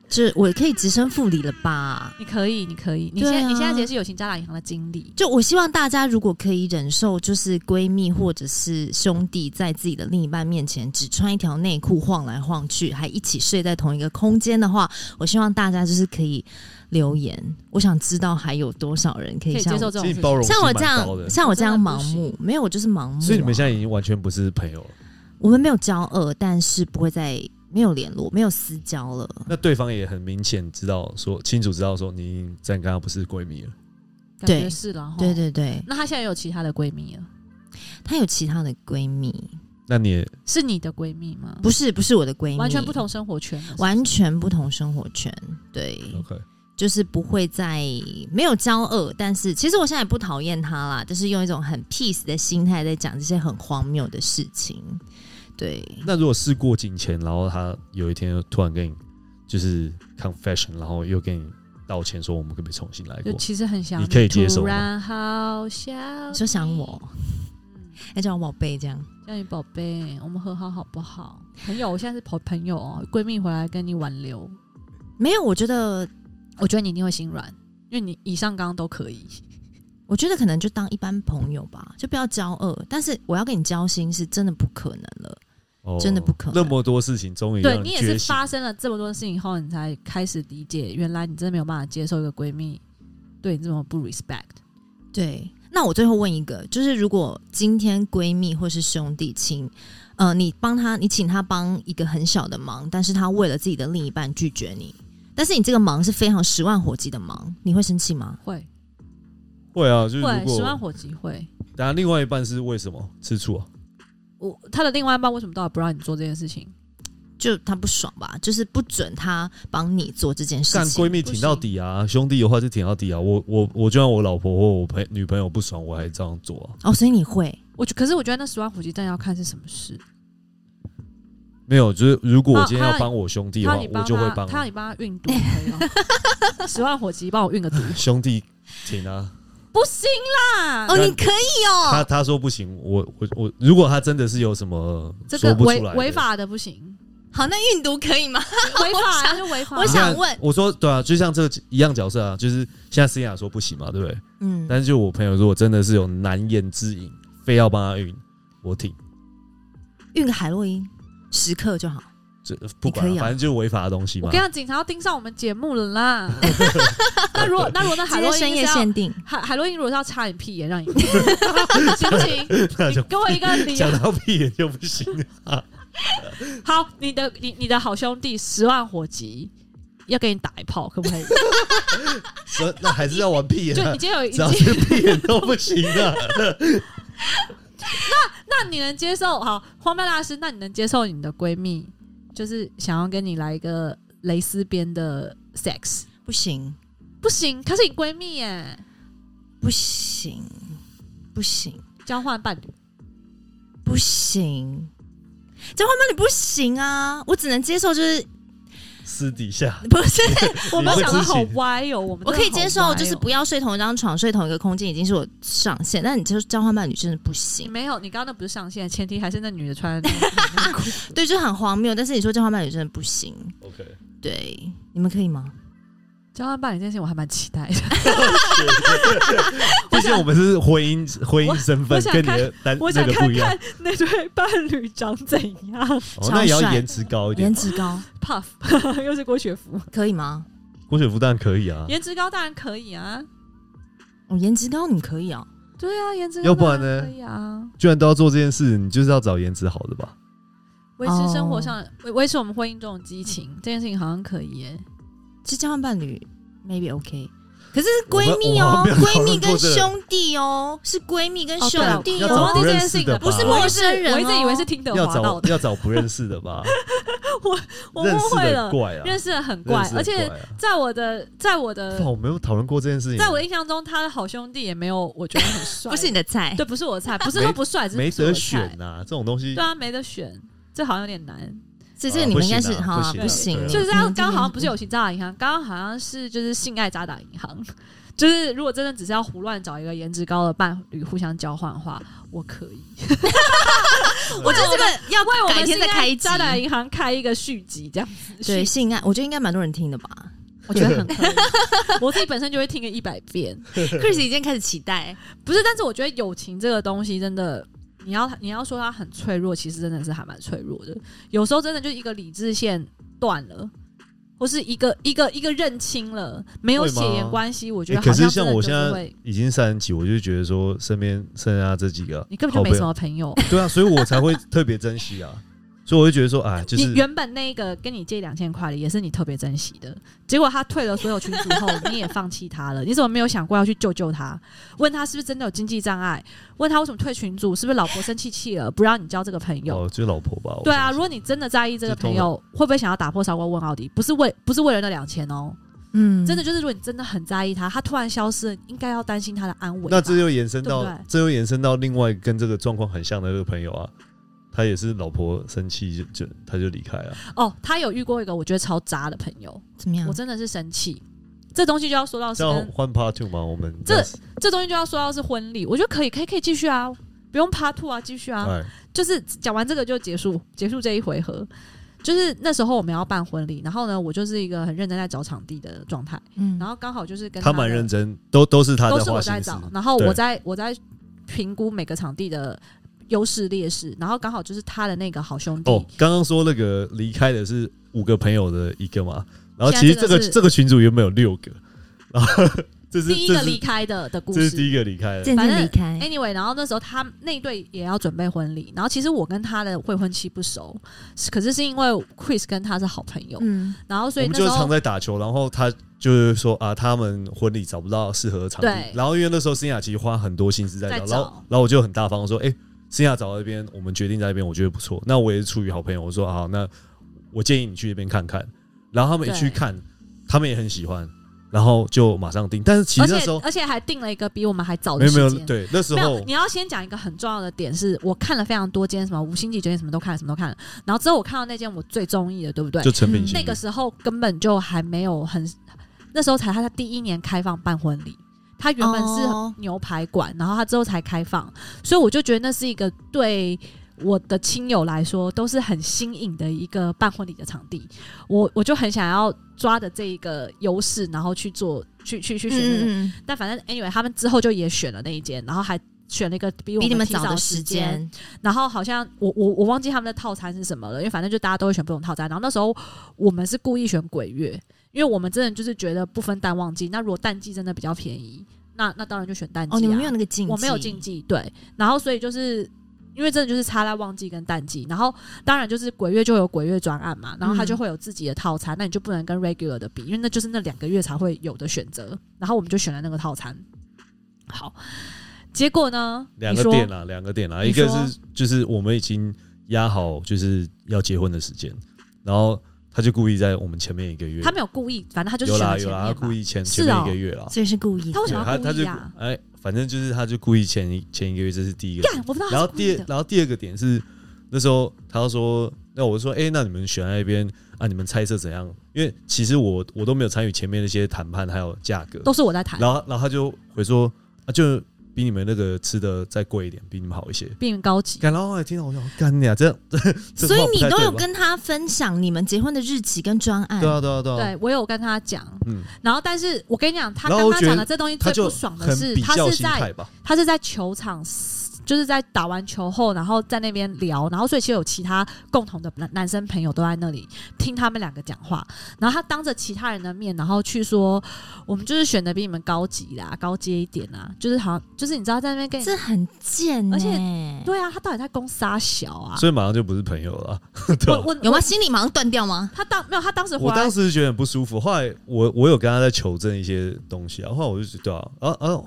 S4: 这我可以直升副理了吧？
S1: 你可以，你可以，你
S4: 对
S1: 现
S4: 啊
S1: 在、你现在直接是友情渣打银行的经理。
S4: 就我希望大家如果可以忍受，就是闺蜜或者是兄弟在自己的另一半面前只穿一条内裤晃来晃去，还一起睡在同一个空间的话，我希望大家就是可以留言，我想知道还有多少人可
S1: 可
S4: 以
S1: 以
S4: 像
S1: 接受
S4: 我
S1: 这种
S2: 其
S1: 事
S2: 实
S1: 情
S2: 包容性
S4: 像我
S2: 蛮
S4: 这
S2: 高的
S4: 样，。像我这样
S1: 我真的
S4: 盲
S1: 不行
S4: 目，没有，我就是盲目啊、
S2: 所以你们现在已经完全不是朋友了，
S4: 我们没有交恶，但是不会再没有联络，没有私交了。
S1: 哦
S2: 那对方也很明显知道说清楚知道说你已经在跟他不是闺蜜了，
S1: 感觉
S4: 对
S1: 是了哈。
S4: 对。对对，
S1: 那她现在有其他的闺蜜了，
S4: 她有其他的闺蜜，
S2: 那你也
S1: 是你的闺蜜吗？
S4: 不是不是我的闺蜜，
S1: 完全不，同生活圈了，
S4: 完全不同生活圈。对，
S2: OK。
S4: 就是不会再没有交恶，但是其实我现在也不讨厌她啦，就是用一种很 peace 的心态在讲这些很荒谬的事情。对，
S2: 那如果事过境迁，然后他有一天又突然跟你就是 confession，然后又跟你道歉说我们可不可以重新来
S1: 就
S2: 过？
S1: 其实很想
S2: 你可以接受
S1: 突
S2: 吗
S1: 然好想
S4: 你说想我，
S1: 嗯
S4: 要叫我宝贝这样。
S1: 叫你宝贝，我们和好好不好？朋友，我现在是朋朋友哦，闺蜜回来跟你挽留，
S4: 没有，我觉得，
S1: 我觉得你一定会心软，因为你以上刚刚都可以。
S4: 我觉得可能就当一般朋友吧，就不要交恶。但是我要跟你交心是真的不可能了。
S2: 哦
S4: 真的不可能
S2: 那么多事情终于
S1: 对
S2: 让
S1: 你也
S2: 觉
S1: 是
S2: 醒，
S1: 发生了这么多事情后，你才开始理解，原来你真的没有办法接受一个闺蜜对你这么不 respect。
S4: 对，那我最后问一个，就是如果今天闺蜜或是兄弟亲，呃，你帮他，你请他帮一个很小的忙，但是他为了自己的另一半拒绝你，但是你这个忙是非常十万火急的忙，你会生气吗？
S1: 会
S2: 会啊，
S4: 嗯
S2: 就是
S1: 会
S2: 如
S1: 十万
S2: 果，
S1: 火急会。
S2: 当然另外一半是为什么吃醋啊？
S1: 我他的另外一半为什么到底不让你做这件事情？
S4: 就他不爽吧，就是不准他帮你做这件事
S2: 干闺
S4: 情。
S2: 蜜挺到底啊，兄弟的话就挺到底啊。我我我就算我老婆或我朋女朋友不爽，我还这样做啊。
S4: 哦，所以你会
S1: 我觉可是我觉得那十万火急真的要看是什么事。
S2: 没有，就是如果我今天
S1: 哦他
S2: 要帮我兄弟的
S1: 他
S2: 话，
S1: 要你
S2: 我
S1: 帮
S2: 就会
S1: 他，
S2: 帮
S1: 他要
S2: 啊。
S1: 你帮他运毒，可以吗 十万火急帮我运个毒，
S2: 兄弟挺啊，
S1: 不行啦。
S4: 哦，你可以
S2: 他
S4: 哦，
S2: 他说不行，我我我，如果他真的是有什么
S1: 这
S2: 说
S1: 个
S2: 不
S1: 违
S2: 出来的
S1: 违，法的不行，
S4: 好，那运毒可以吗？
S1: 违法啊就违法啊。
S4: 我
S2: 你看
S4: 想问
S2: 我说对啊，就像这个一样角色啊，就是现在思雅说不行嘛，对不对？
S4: 嗯，
S2: 但是就我朋友如果真的是有难言之隐，非要帮他运，我挺
S4: 运个海洛因十克就好。
S2: 这不管
S4: 你可
S2: 啊、
S4: 以啊
S2: 反正就是违法的东西
S1: 我
S2: 嘛
S1: 跟你。讲，警察要盯上我们节目了 啦。那如果那如果那海
S4: 今
S1: 洛
S4: 天
S1: 因
S4: 深夜
S1: 是要
S4: 限定，
S1: 海海洛因如果是要插你屁眼让 你，行不行？
S2: 那
S1: 你
S2: 就
S1: 给我一个理由
S2: 讲。到屁眼就不行 了。
S1: 好，你的你你的好兄弟十万火急要给你打一炮，可不可 以？
S2: 所以那还是要玩屁眼、
S1: 就
S2: 啊
S1: 已，经有已
S2: 只要
S1: 经，
S2: 是屁眼都不行 啊。
S1: 那你能接受？好，荒谬大师，那你能接受你的闺蜜就是想要跟你来一个蕾丝边的 sex？
S4: 不行，
S1: 不行，她是你闺蜜耶，
S4: 不行，不行。
S1: 交换伴侣。
S4: 不行，交换伴侣不行啊！我只能接受，就是
S2: 私底下，
S4: 不是，
S1: 我们
S2: 你会
S1: 想的
S2: 知
S1: 好
S2: 情
S1: 歪哦，我们
S4: 我可以接受，就是
S1: 不。
S4: 不要睡同一张床，睡同一个空间已经是我上限。但你就是交换伴侣真的不
S1: 你
S4: 行，
S1: 没有，你刚刚那不是上线，前提还是那女的 穿的那个内裤。
S4: 对，就很荒谬。但是你说交换伴侣真的不行，
S2: OK，
S4: 对，你们可以吗？
S1: 交换伴侣这件事情我还蛮期待 的，
S2: 毕竟我们是婚姻婚姻身
S1: 我
S2: 份，
S1: 想
S2: 跟你的单
S1: 我
S2: 那
S1: 想
S2: 个不
S1: 看
S2: 一样
S1: 看。那对伴侣长怎样。
S2: 哦，那也要
S4: 超帅
S2: 颜值高一点
S4: 颜
S2: 吧。
S4: 值高
S1: Puff 又是郭雪芙，
S4: 可以吗？
S2: 郭雪芙当然可以啊，
S1: 颜值高当然可以啊，
S4: 哦，颜值高你可以哦。
S1: 对啊，颜值高
S2: 要不然
S1: 当
S2: 呢
S1: 可以啊，
S2: 居然都要做这件事，你就是要找颜值好的吧？
S1: 维持生活上维维持我们婚姻中的激情，这件事情好像可以耶。
S4: 其实交换伴侣 maybe OK，可是是闺蜜
S2: 我
S4: 哦
S2: 们我们没，有讨
S4: 闺
S2: 论
S4: 蜜跟
S2: 过这个
S4: 兄弟哦，是闺蜜跟
S1: 哦
S4: 兄
S1: 对了
S4: 弟
S2: 要
S1: 我
S2: 找
S1: 忘
S4: 哦
S1: 记
S2: 不。
S1: 这
S2: 认
S1: 件事
S2: 识
S1: 情
S2: 的
S1: 了，
S2: 吧，
S4: 不是陌生人哦
S1: 我一直以为是听得
S2: 要
S1: 滑
S2: 找
S1: 到的，
S2: 要找不认识的吧？
S1: 我误
S2: 认识
S1: 会
S2: 的
S1: 了，
S2: 怪啊，
S1: 认识的很怪，
S2: 认识的
S1: 而且
S2: 怪啊
S1: 在我的在我的
S2: 哇，我没有讨论过这件事情，
S1: 在我的印象中，他的好兄弟也没有我觉得很帅，
S4: 不是你的菜，
S1: 对，不是我的 菜，不是说不帅，只是
S2: 没
S1: 不是我
S2: 得
S1: 的菜
S2: 选呐，这种东西
S1: 对啊，没得选，这好像有点难。
S4: 所以
S2: 啊
S4: 这个你们
S2: 不
S4: 应该
S2: 行
S4: 是
S2: 啊
S4: 哈
S2: 不行啊
S4: 不行
S2: 对啊，
S1: 就是这样，刚
S4: 刚
S1: 刚好像不是友情渣打银行，刚刚好像是就是性爱渣打银行。就是如果真的只是要胡乱找一个颜值高的伴侣互相交换的话，我可以。
S2: 啊
S4: 我觉得这个要
S1: 嗯为我
S4: 改
S1: 们
S4: 天
S1: 性
S4: 再开
S1: 爱
S4: 一集
S1: 渣打银行开一个续集，这样子。
S4: 对
S1: 续，
S4: 性爱，我觉得应该蛮多人听的吧。
S1: 我觉得很可以。我自己本身就会听个一百遍，
S4: Chris 已经开始期待，
S1: 不是？但是我觉得友情这个东西真的。你要你要说它很脆弱，其实真的是还蛮脆弱的。有时候真的就一个理智线断了，或是一个一个一个认清了，没有
S2: 会
S1: 血
S2: 吗
S1: 缘关系，我觉
S2: 欸
S1: 得好
S2: 可是
S1: 真
S2: 像
S1: 的
S2: 我
S1: 就是
S2: 现在
S1: 会
S2: 已经三十几，我就觉得说身边剩下这几个，
S1: 你根本就没什么朋友。
S2: 对啊，所以我才会特别珍惜啊，所以我就觉得说， 哎，就是
S1: 你原本那一个跟你借两千块的，也是你特别珍惜的，结果他退了所有群组后，你也放弃他了。你怎么没有想过要去救救他？问他是不是真的有经济障碍？问他为什么退群组？是不是老婆生气气了，不让你交这个朋友？
S2: 哦，就是老婆吧，我
S1: 对啊，
S2: 相信
S1: 如果你真的在意这个朋友，会不会想要打破砂锅问到底？不是为不是为了那两千哦，
S4: 嗯，
S1: 真的就是如果你真的很在意他，他突然消失了，应该要担心他的安危吧。
S2: 那这又延伸到
S1: 对不对
S2: 这又延伸到另外一个跟这个状况很像的那个朋友啊，他也是老婆生气就就他就离开了，
S1: 哦，他有遇过一个我觉得超渣的朋友，
S4: 怎么样
S2: 嗯
S1: 我？真的是生气。这东西就要说到是
S2: 这样
S1: 跟
S2: 换 Part Two 吗？我们
S1: 这
S2: 样子
S1: 这东西就要说到是婚礼，我觉得可以，可以，可以继续啊。不用 Part Two 啊，继续啊，
S2: 哎，
S1: 就是讲完这个就结束，结束这一回合。就是那时候我们要办婚礼，然后呢，我就是一个很认真在找场地的状态，
S4: 嗯
S1: 然后刚好就是跟
S2: 他
S1: 的
S2: 蛮认真，都都是他
S1: 都
S2: 在
S1: 是
S2: 花
S1: 我
S2: 心
S1: 在
S2: 思
S1: 找，，然后
S2: 对
S1: 我在我在评估每个场地的优势劣势，然后刚好就是他的那个好兄弟，
S2: 哦，刚刚说那个离开的是五个朋友的一个嘛，然后
S1: 现在
S2: 其实这
S1: 这
S2: 个
S1: 个
S2: 这
S1: 是
S2: 个群组原本有六个，然后这是
S1: 第一个
S2: 这
S1: 离
S2: 是
S1: 开的的故
S2: 这是第
S1: 事。
S2: 一个离开的，
S4: 渐
S1: 反
S4: 渐
S1: 正哎
S4: 离开，
S1: Anyway，然后那时候他那一对也要准备婚礼，然后其实我跟他的未婚妻不熟，是可是是因为 Chris 跟他是好朋友，
S4: 嗯，
S1: 然后所
S2: 我
S1: 以
S2: 们
S1: 那
S2: 就
S1: 时
S2: 是常
S1: 候
S2: 在打球，然后他就是说啊，他们婚礼找不到适合的场地
S1: 对，
S2: 然后因为那时候森雅其实花很多心思在找，
S1: 在
S2: 然
S1: 找
S2: 后然后我就很大方地说，哎、森雅找到这边，我们决定在这边，我觉得不错，那我也是出于好朋友，我说好，那我建议你去那边看看，然后他们一
S1: 对
S2: 去看，他们也很喜欢，然后就马上订，但是其
S1: 而
S2: 实那时
S1: 且
S2: 候
S1: 而且还定了一个比我们还早
S2: 没
S1: 的
S2: 有没有
S1: 时间。
S2: 对那时
S1: 没
S2: 候
S1: 有，你要先讲一个很重要的点是，我看了非常多间什么五星级酒店，什么都看了，什么都看了。然后之后我看到那间我最中意的，对不对？
S2: 就成品
S4: 嗯
S2: 型
S1: 那
S2: 的
S1: 个时候根本就还没有很，那时候才他第一年开放办婚礼，他原本是
S4: 哦
S1: 牛排馆，然后他之后才开放，所以我就觉得那是一个对。我的亲友来说都是很新颖的一个办婚礼的场地，我我就很想要抓的这一个优势，然后去做去去去选、那个
S4: 嗯嗯
S1: 但反正 anyway，他们之后就也选了那一间，然后还选了一个比
S4: 嗯
S1: 我
S4: 比
S1: 们
S4: 你们
S1: 提
S4: 早的
S1: 时
S4: 时
S1: 间，
S4: 间，
S1: 然后好像我我我忘记他们的套餐是什么了，因为反正就大家都会选不同套餐。然后那时候我们是故意选鬼月，因为我们真的就是觉得不分淡旺季。那如果淡季真的比较便宜，那那当然就选淡季、啊。
S4: 哦，你们没有那个禁忌，
S1: 我没有禁忌，对。然后所以就是因为真的就是差在旺季跟淡季，然后当然就是鬼月就有鬼月专案嘛，然后它
S4: 嗯
S1: 就会有自己的套餐，那你就不能跟 regular 的比，因为那就是那两个月才会有的选择。然后我们就选了那个套餐。好，结果呢？
S2: 两
S1: 你
S2: 个哦
S1: 说
S2: 店啦，两个店啦，
S1: 你
S2: 一个
S1: 说
S2: 是就是我们已经压好就是要结婚的时间，然后他就故意在我们前面一个月，
S1: 他没有故意，反正他就是
S2: 有
S1: 选
S2: 啦
S1: 了
S2: 有
S1: 前面
S2: 啦，他
S1: 嘛。
S2: 故意前
S1: 是
S2: 前面
S1: 哦
S2: 一个月啦，
S4: 所以是故意的
S1: 他为什
S2: 对
S1: 么要
S2: 他他
S1: 故
S2: 就
S1: 意啊
S2: 哎，反正就是他就故意前一前一个月，这是第一个
S1: 干，我不知道
S2: 然
S1: 他
S2: 后
S1: 是故意
S2: 第
S1: 的。
S2: 然后第二个点是，那时候他说，那我就说，哎、那你们选在那边啊，你们猜测怎样？因为其实我我都没有参与前面那些谈判还有价格，
S1: 都是我在谈，
S2: 然后然后他就回说，啊，就比你们那个吃的再贵一点，比你们好一些。
S1: 并高级。
S2: 干，然后我也听到我想，干你啊，这样， 这
S4: 所以
S2: 话不
S4: 你
S2: 太
S4: 都
S2: 对
S4: 有
S2: 吧
S4: 跟他分享你们结婚的日期跟专案，
S2: 对啊对啊对啊，
S1: 对我有跟他讲，
S2: 嗯，
S1: 然后但是我跟你讲，他
S2: 然
S1: 刚
S2: 后我
S1: 刚
S2: 觉得
S1: 讲的这东西
S2: 他
S1: 最不
S2: 就
S1: 爽的
S2: 很
S1: 是，
S2: 比
S1: 他
S2: 较
S1: 是
S2: 心
S1: 在
S2: 态吧，
S1: 他是在球场，就是在打完球后，然后在那边聊，然后所以其实有其他共同的男男生朋友都在那里听他们两个讲话，然后他当着其他人的面，然后去说我们就是选的比你们高级啦，高阶一点啦，就是好像就是你知道在那边跟你
S4: 这很贱欸，
S1: 而且对啊，他到底在攻杀小啊？
S2: 所以马上就不是朋友了啊。对
S1: 我
S2: 啊
S1: 我
S4: 有吗？心里马上断掉吗？
S1: 他当没有，他当时回
S2: 我
S1: 来
S2: 当时觉得很不舒服，后来我我有跟他在求证一些东西啊，后来我就觉得啊啊啊，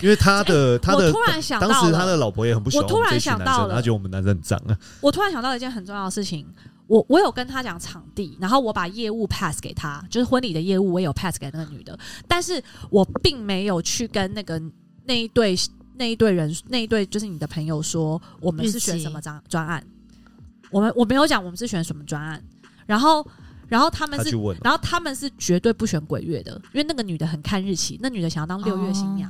S2: 因为他的、他
S1: 哎我
S2: 的
S1: 突然想到
S2: 当
S1: 了，
S2: 时他的老婆也很不喜欢
S1: 我
S2: 们
S1: 突然
S2: 这一群
S1: 想
S2: 男
S1: 到
S2: 生，
S1: 了
S2: 他觉得我们男生很脏啊，
S1: 我突然想到一件很重要的事情，我我有跟他讲场地，然后我把业务 pass 给他，就是婚礼的业务我也有 pass 给那个女的，但是我并没有去跟那个那一对那一对人那一对就是你的朋友说我们是选什么专专案，我们我没有讲我们是选什么专案，然后然后他们
S2: 他去
S1: 是。
S2: 问了，哦
S1: 然后他们是绝对不选鬼月的，因为那个女的很看日期，那女的想要当六月新娘，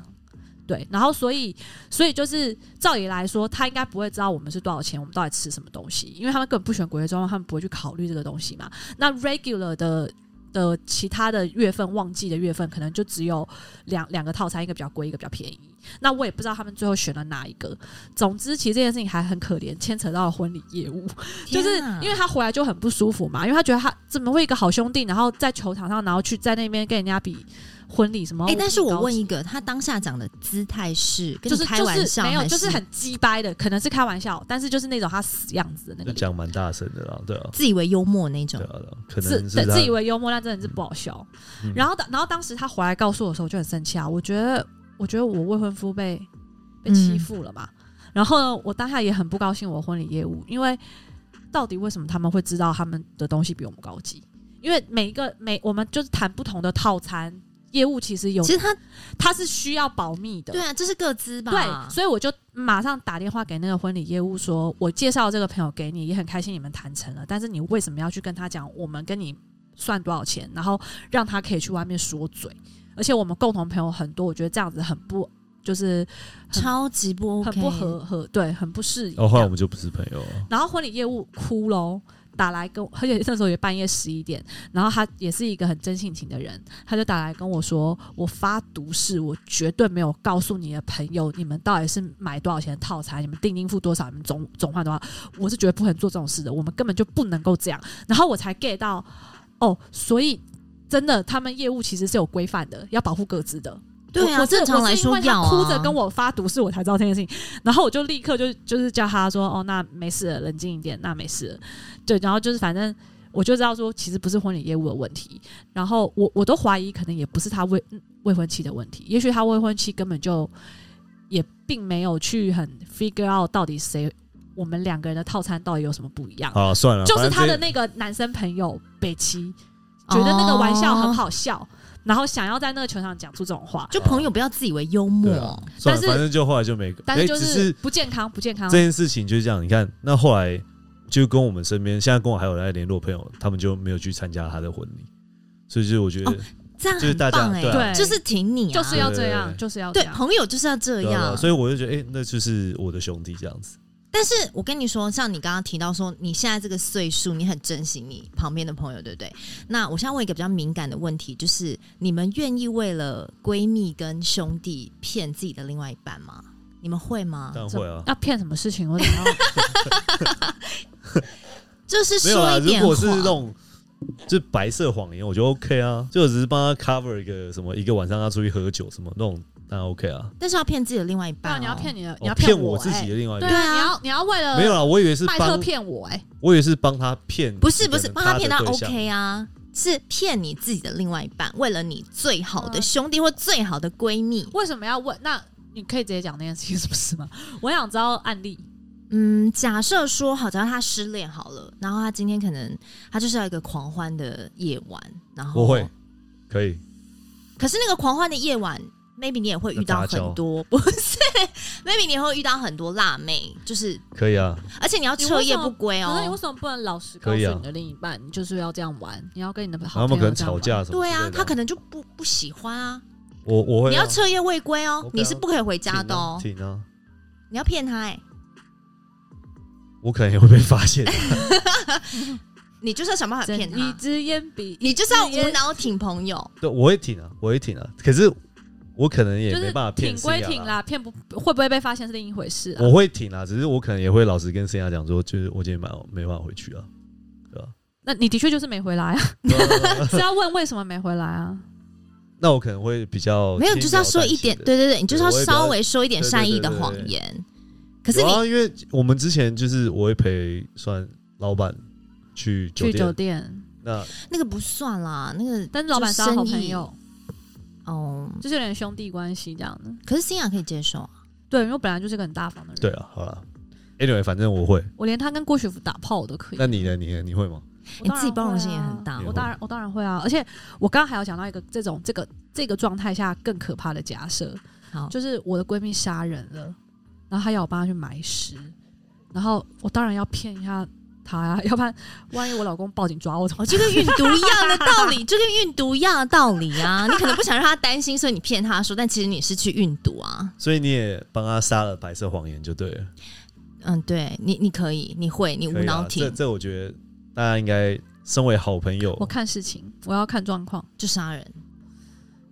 S1: 对。然后所以所以就是照理来说，她应该不会知道我们是多少钱，我们到底吃什么东西，因为他们根本不选鬼月妆，他们不会去考虑这个东西嘛。那 regular 的。的其他的月份旺季的月份，可能就只有两两个套餐，一个比较贵，一个比较便宜。那我也不知道他们最后选了哪一个。总之，其实这件事情还很可怜，牵扯到了婚礼业务。就是
S4: 天啊
S1: 因为他回来就很不舒服嘛，因为他觉得他怎么会一个好兄弟，然后在球场上，然后去在那边跟人家比婚礼什么？
S4: 哎、但是我问一
S1: 个，
S4: 个，他当下讲的姿态是跟
S1: 就
S4: 你
S1: 是
S4: 开玩
S1: 就是
S4: 笑
S1: 没有，
S4: 还
S1: 就是很鸡掰的，可能是开玩笑，但是就是那种他死样子的那
S2: 就
S1: 个脸，
S2: 讲蛮大声的啦，对啊
S4: 自以为幽默那
S2: 对
S4: 种
S2: 啊，对啊，可
S1: 自
S2: 能是
S1: 对
S2: 他
S1: 自以为幽默，但真的是不好笑。
S2: 嗯
S1: 然后当然后当时他回来告诉我的时候，我就很生气啊，我觉得我觉得我未婚夫被被欺负了
S4: 嗯
S1: 嘛。然后呢，我当下也很不高兴我的婚礼业务，因为到底为什么他们会知道他们的东西比我们高级？因为每一个每我们就是谈不同的套餐，业务其实有
S4: 其实他
S1: 它是需要保密的。
S4: 对啊，这是各自吧？
S1: 对，所以我就马上打电话给那个婚礼业务说，我介绍这个朋友给你，也很开心你们谈成了，但是你为什么要去跟他讲我们跟你算多少钱，然后让他可以去外面说嘴？而且我们共同朋友很多，我觉得这样子很不。就是很
S4: 超级不 OK，
S1: 很不合合，对，很不适宜这
S2: 哦然后后来我
S1: 样。
S2: 们就不是朋友了。
S1: 然后婚礼业务哭喽。打来跟我，而且那时候也半夜十一点，然后他也是一个很真性情的人，他就打来跟我说：“我发毒誓，我绝对没有告诉你的朋友，你们到底是买多少钱的套餐，你们定金付多少，你们总总换多少，我是绝对不可能做这种事的，我们根本就不能够这样。”然后我才 get 到，哦，所以真的，他们业务其实是有规范的，要保护各自的。
S4: 对
S1: 我
S4: 啊，
S1: 我是
S4: 正常
S1: 我
S4: 来
S1: 是因
S4: 说
S1: 为他
S4: 要啊
S1: 哭着跟我发毒誓，我才知道这件事情。然后我就立刻就就是叫他说：“哦，那没事了，冷静一点，那没事了。”对，然后就是反正我就知道说，其实不是婚礼业务的问题。然后我我都怀疑，可能也不是他未嗯未婚妻的问题，也许他未婚妻根本就也并没有去很 figure out 到底谁我们两个人的套餐到底有什么不一样。
S2: 好了，哦算了，
S1: 就是
S2: 啊反正
S1: 他
S2: 这
S1: 的那个男生朋友北七，觉得那个玩笑很
S4: 哦，
S1: 好笑，然后想要在那个球场讲出这种话。
S4: 就朋友不要自以为幽
S2: 对
S4: 默
S2: 啊，
S1: 哦但
S2: 算了，
S1: 是
S2: 反正就后来就没，
S1: 但是啊就
S2: 哎只是
S1: 不健康，不健康
S2: 这。件事情就是这样。你看，那后来就跟我们身边，现在跟我还有在联络的朋友，他们就没有去参加他的婚礼，所以就是我觉得
S4: 哦这样
S2: 就是
S4: 很
S2: 大家
S4: 棒哎，
S2: 对
S1: 啊
S4: 就是挺你啊，
S1: 就是要这
S2: 对
S1: 样，
S2: 对对
S1: 就是要这
S4: 对
S1: 样。
S4: 朋友就是要这
S2: 对啊对啊
S4: 样，
S2: 所以我就觉得，哎、那就是我的兄弟这样
S1: 哦
S2: 子。
S4: 但是我跟你说，像你刚刚提到说，你现在这个岁数，你很珍惜你旁边的朋友，对不对？那我现在问一个比较敏感的问题，就是你们愿意为了闺蜜跟兄弟骗自己的另外一半吗？你们会吗？
S2: 当然会啊，
S1: 要骗什么事情？我怎么啊要
S4: 就是
S2: 没有啦。
S4: 说一
S2: 如
S4: 点
S2: 果是
S4: 谎
S2: 那种就是白色谎言，我觉得 OK 啊，就只是帮他 cover 一个什么，一个晚上他出去喝酒什么那种，当然 OK 啊。
S4: 但是要骗自己的另外一
S1: 不
S4: 半、
S1: 啊
S4: 啊
S1: 然你要骗，你的，你
S2: 哦
S1: 要
S2: 骗
S1: 我
S2: 自己
S1: 欸。
S2: 的另外一
S1: 对
S2: 半，
S1: 啊，
S4: 对
S1: 你
S4: 啊
S1: 要你要为了
S2: 没有啦，我以为是
S1: 麦特
S2: 帮，
S1: 骗我哎，
S2: 我以为是帮他骗，
S4: 不是
S2: 可
S4: 不
S2: 能
S4: 是帮他骗他
S2: 的对象
S4: OK 啊，是骗你自己的另外一半，为了你最好的兄弟或最好的闺蜜。
S1: 为什么要问？那你可以直接讲那件事情是不是吗？我想知道案例。
S4: 嗯，假设说好，假如他失恋好了，然后他今天可能他就是要一个狂欢的夜晚，然后
S2: 我会可以。
S4: 可是那个狂欢的夜晚，maybe 你也会遇到很多，不 是？maybe 你也会遇到很多辣妹，就是
S2: 可以啊，
S4: 而且你要彻夜不归
S1: 可是你为
S4: 哦。
S1: 什么不能老实告诉
S2: 可以啊
S1: 你的另一半，你就是要这样玩？你要跟你的
S2: 然后
S1: 好
S2: 他
S1: 朋
S2: 们可
S1: 友
S2: 能
S1: 这样
S2: 吵
S1: 玩
S2: 架什么之类的啊。
S4: 对啊，他可能就不不喜欢啊！
S2: 我我会啊
S4: 你要彻夜未归哦
S2: OK 啊
S4: 你是不可以回
S2: 挺
S4: 家的哦
S2: 啊，挺啊，
S4: 你要骗他哎、
S2: 我可能也会被发 现。啊
S4: 你就是要想办法骗
S1: 睁一
S4: 他，
S1: 只眼闭一只眼，
S4: 你就是要无脑挺朋友。
S2: 对，我会挺啊，我会挺啊。可是我可能也
S1: 就
S2: 没
S1: 是
S2: 办法骗
S1: 挺归
S2: Sia
S1: 挺，啦，骗不会不会被发现是另一回事啊。
S2: 我会挺啊，只是我可能也会老实跟森雅讲说，就是我今天没有没办法回去 啊。
S1: 那你的确就是没回来啊，是要问为什么没回来啊？
S2: 那我可能会比较
S4: 没有，你就是要说一点，对对对，你就是要
S2: 对我也比较
S4: 稍微说一点善意的谎
S2: 对对对
S4: 言。可
S2: 轻
S4: 是
S2: 描淡写的。有啊，
S4: 你
S2: 因为我们之前就是我会陪算老板去酒
S1: 去酒
S2: 店，
S1: 店，
S2: 那
S4: 那个不算啦，那个
S1: 但是老板是他好朋友，
S4: 哦，
S1: 就是有点兄弟关系这样的。
S4: 可是新雅可以接受啊。
S1: 对，因为我本来就是个很大方的人，
S2: 对啊，好了。Anyway，反正我 会。
S1: 我连他跟郭雪芙打炮我都可以。
S2: 那你呢？你呢？你会吗？
S1: 我当然
S4: 你自己包容性也很大
S1: 会啊
S2: 你
S1: 我
S2: 会
S1: 当然我当然会啊。而且我刚刚还有讲到一个这种这个这个状态下更可怕的假设，
S4: 好，
S1: 就是我的闺蜜杀人了，然后她要我帮她去埋尸，然后我当然要骗一下她呀、 要不然万一我老公报警抓我怎么
S4: 哦，？就跟运毒一样的道理，就跟运毒一样的道理 啊！你可能不想让他担心，所以你骗他说，但其实你是去运毒啊。
S2: 所以你也帮他撒了白色谎言就对了。
S4: 嗯，对你，你可以，你会，你
S2: 可
S4: 无
S2: 以
S4: 脑
S2: 啊，这
S4: 挺
S2: 这我觉得大家应该身为好朋友，
S1: 我看事情，我要看状况。
S4: 就杀人。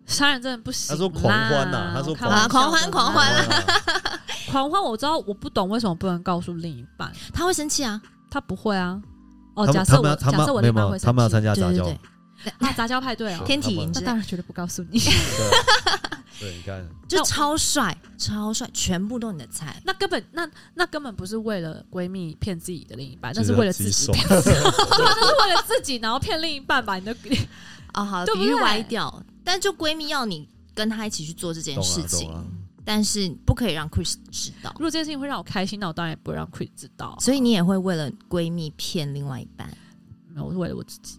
S1: 杀人真的不行啦。
S2: 他说狂欢呐他说
S1: 我开
S2: 狂欢
S1: 玩笑的啦
S4: 啊狂欢狂欢啦
S1: 狂欢，我知道，我不懂为什么不能告诉另一半，
S4: 他会生气啊！
S1: 他不会啊。 哦，
S2: 他
S1: 假
S2: 们
S1: 设
S2: 他
S1: 我
S2: 们
S1: 假
S2: 他
S1: 设我
S2: 们
S1: 另
S2: 没有
S1: 一半
S2: 没
S1: 会
S2: 有，他们要参加
S4: 对
S2: 杂
S4: 对
S2: 交，
S4: 对，
S1: 啊杂交派对哦，
S4: 天体
S2: 他们
S4: 营
S1: 那
S4: 之
S1: 当然绝对不啊告诉你，
S2: 对啊对，你看，
S4: 就超帅，超帅，全部都你的菜。
S1: 那根本那那根本不是为了闺蜜骗自己的另一半，那
S2: 就是是
S1: 为了
S2: 自
S1: 自
S2: 己
S1: 己
S2: 爽
S1: 骗自己，对啊， 那是为了自己，然后骗另一半吧？你的
S4: 哦，好，
S1: 对不
S4: 比喻
S1: 对
S4: 歪掉，但就闺蜜要你跟她一起去做这件
S2: 懂
S4: 事
S2: 了
S4: 情，
S2: 懂啊了。
S4: 但是不可以让 Chris 知道
S1: 如，果这件事情会让我开心，那我当然也不会让 Chris 知道
S2: 哦
S1: 啊。
S4: 所以你也会为了闺蜜骗另外一半。
S1: 没有，我是为了我自己。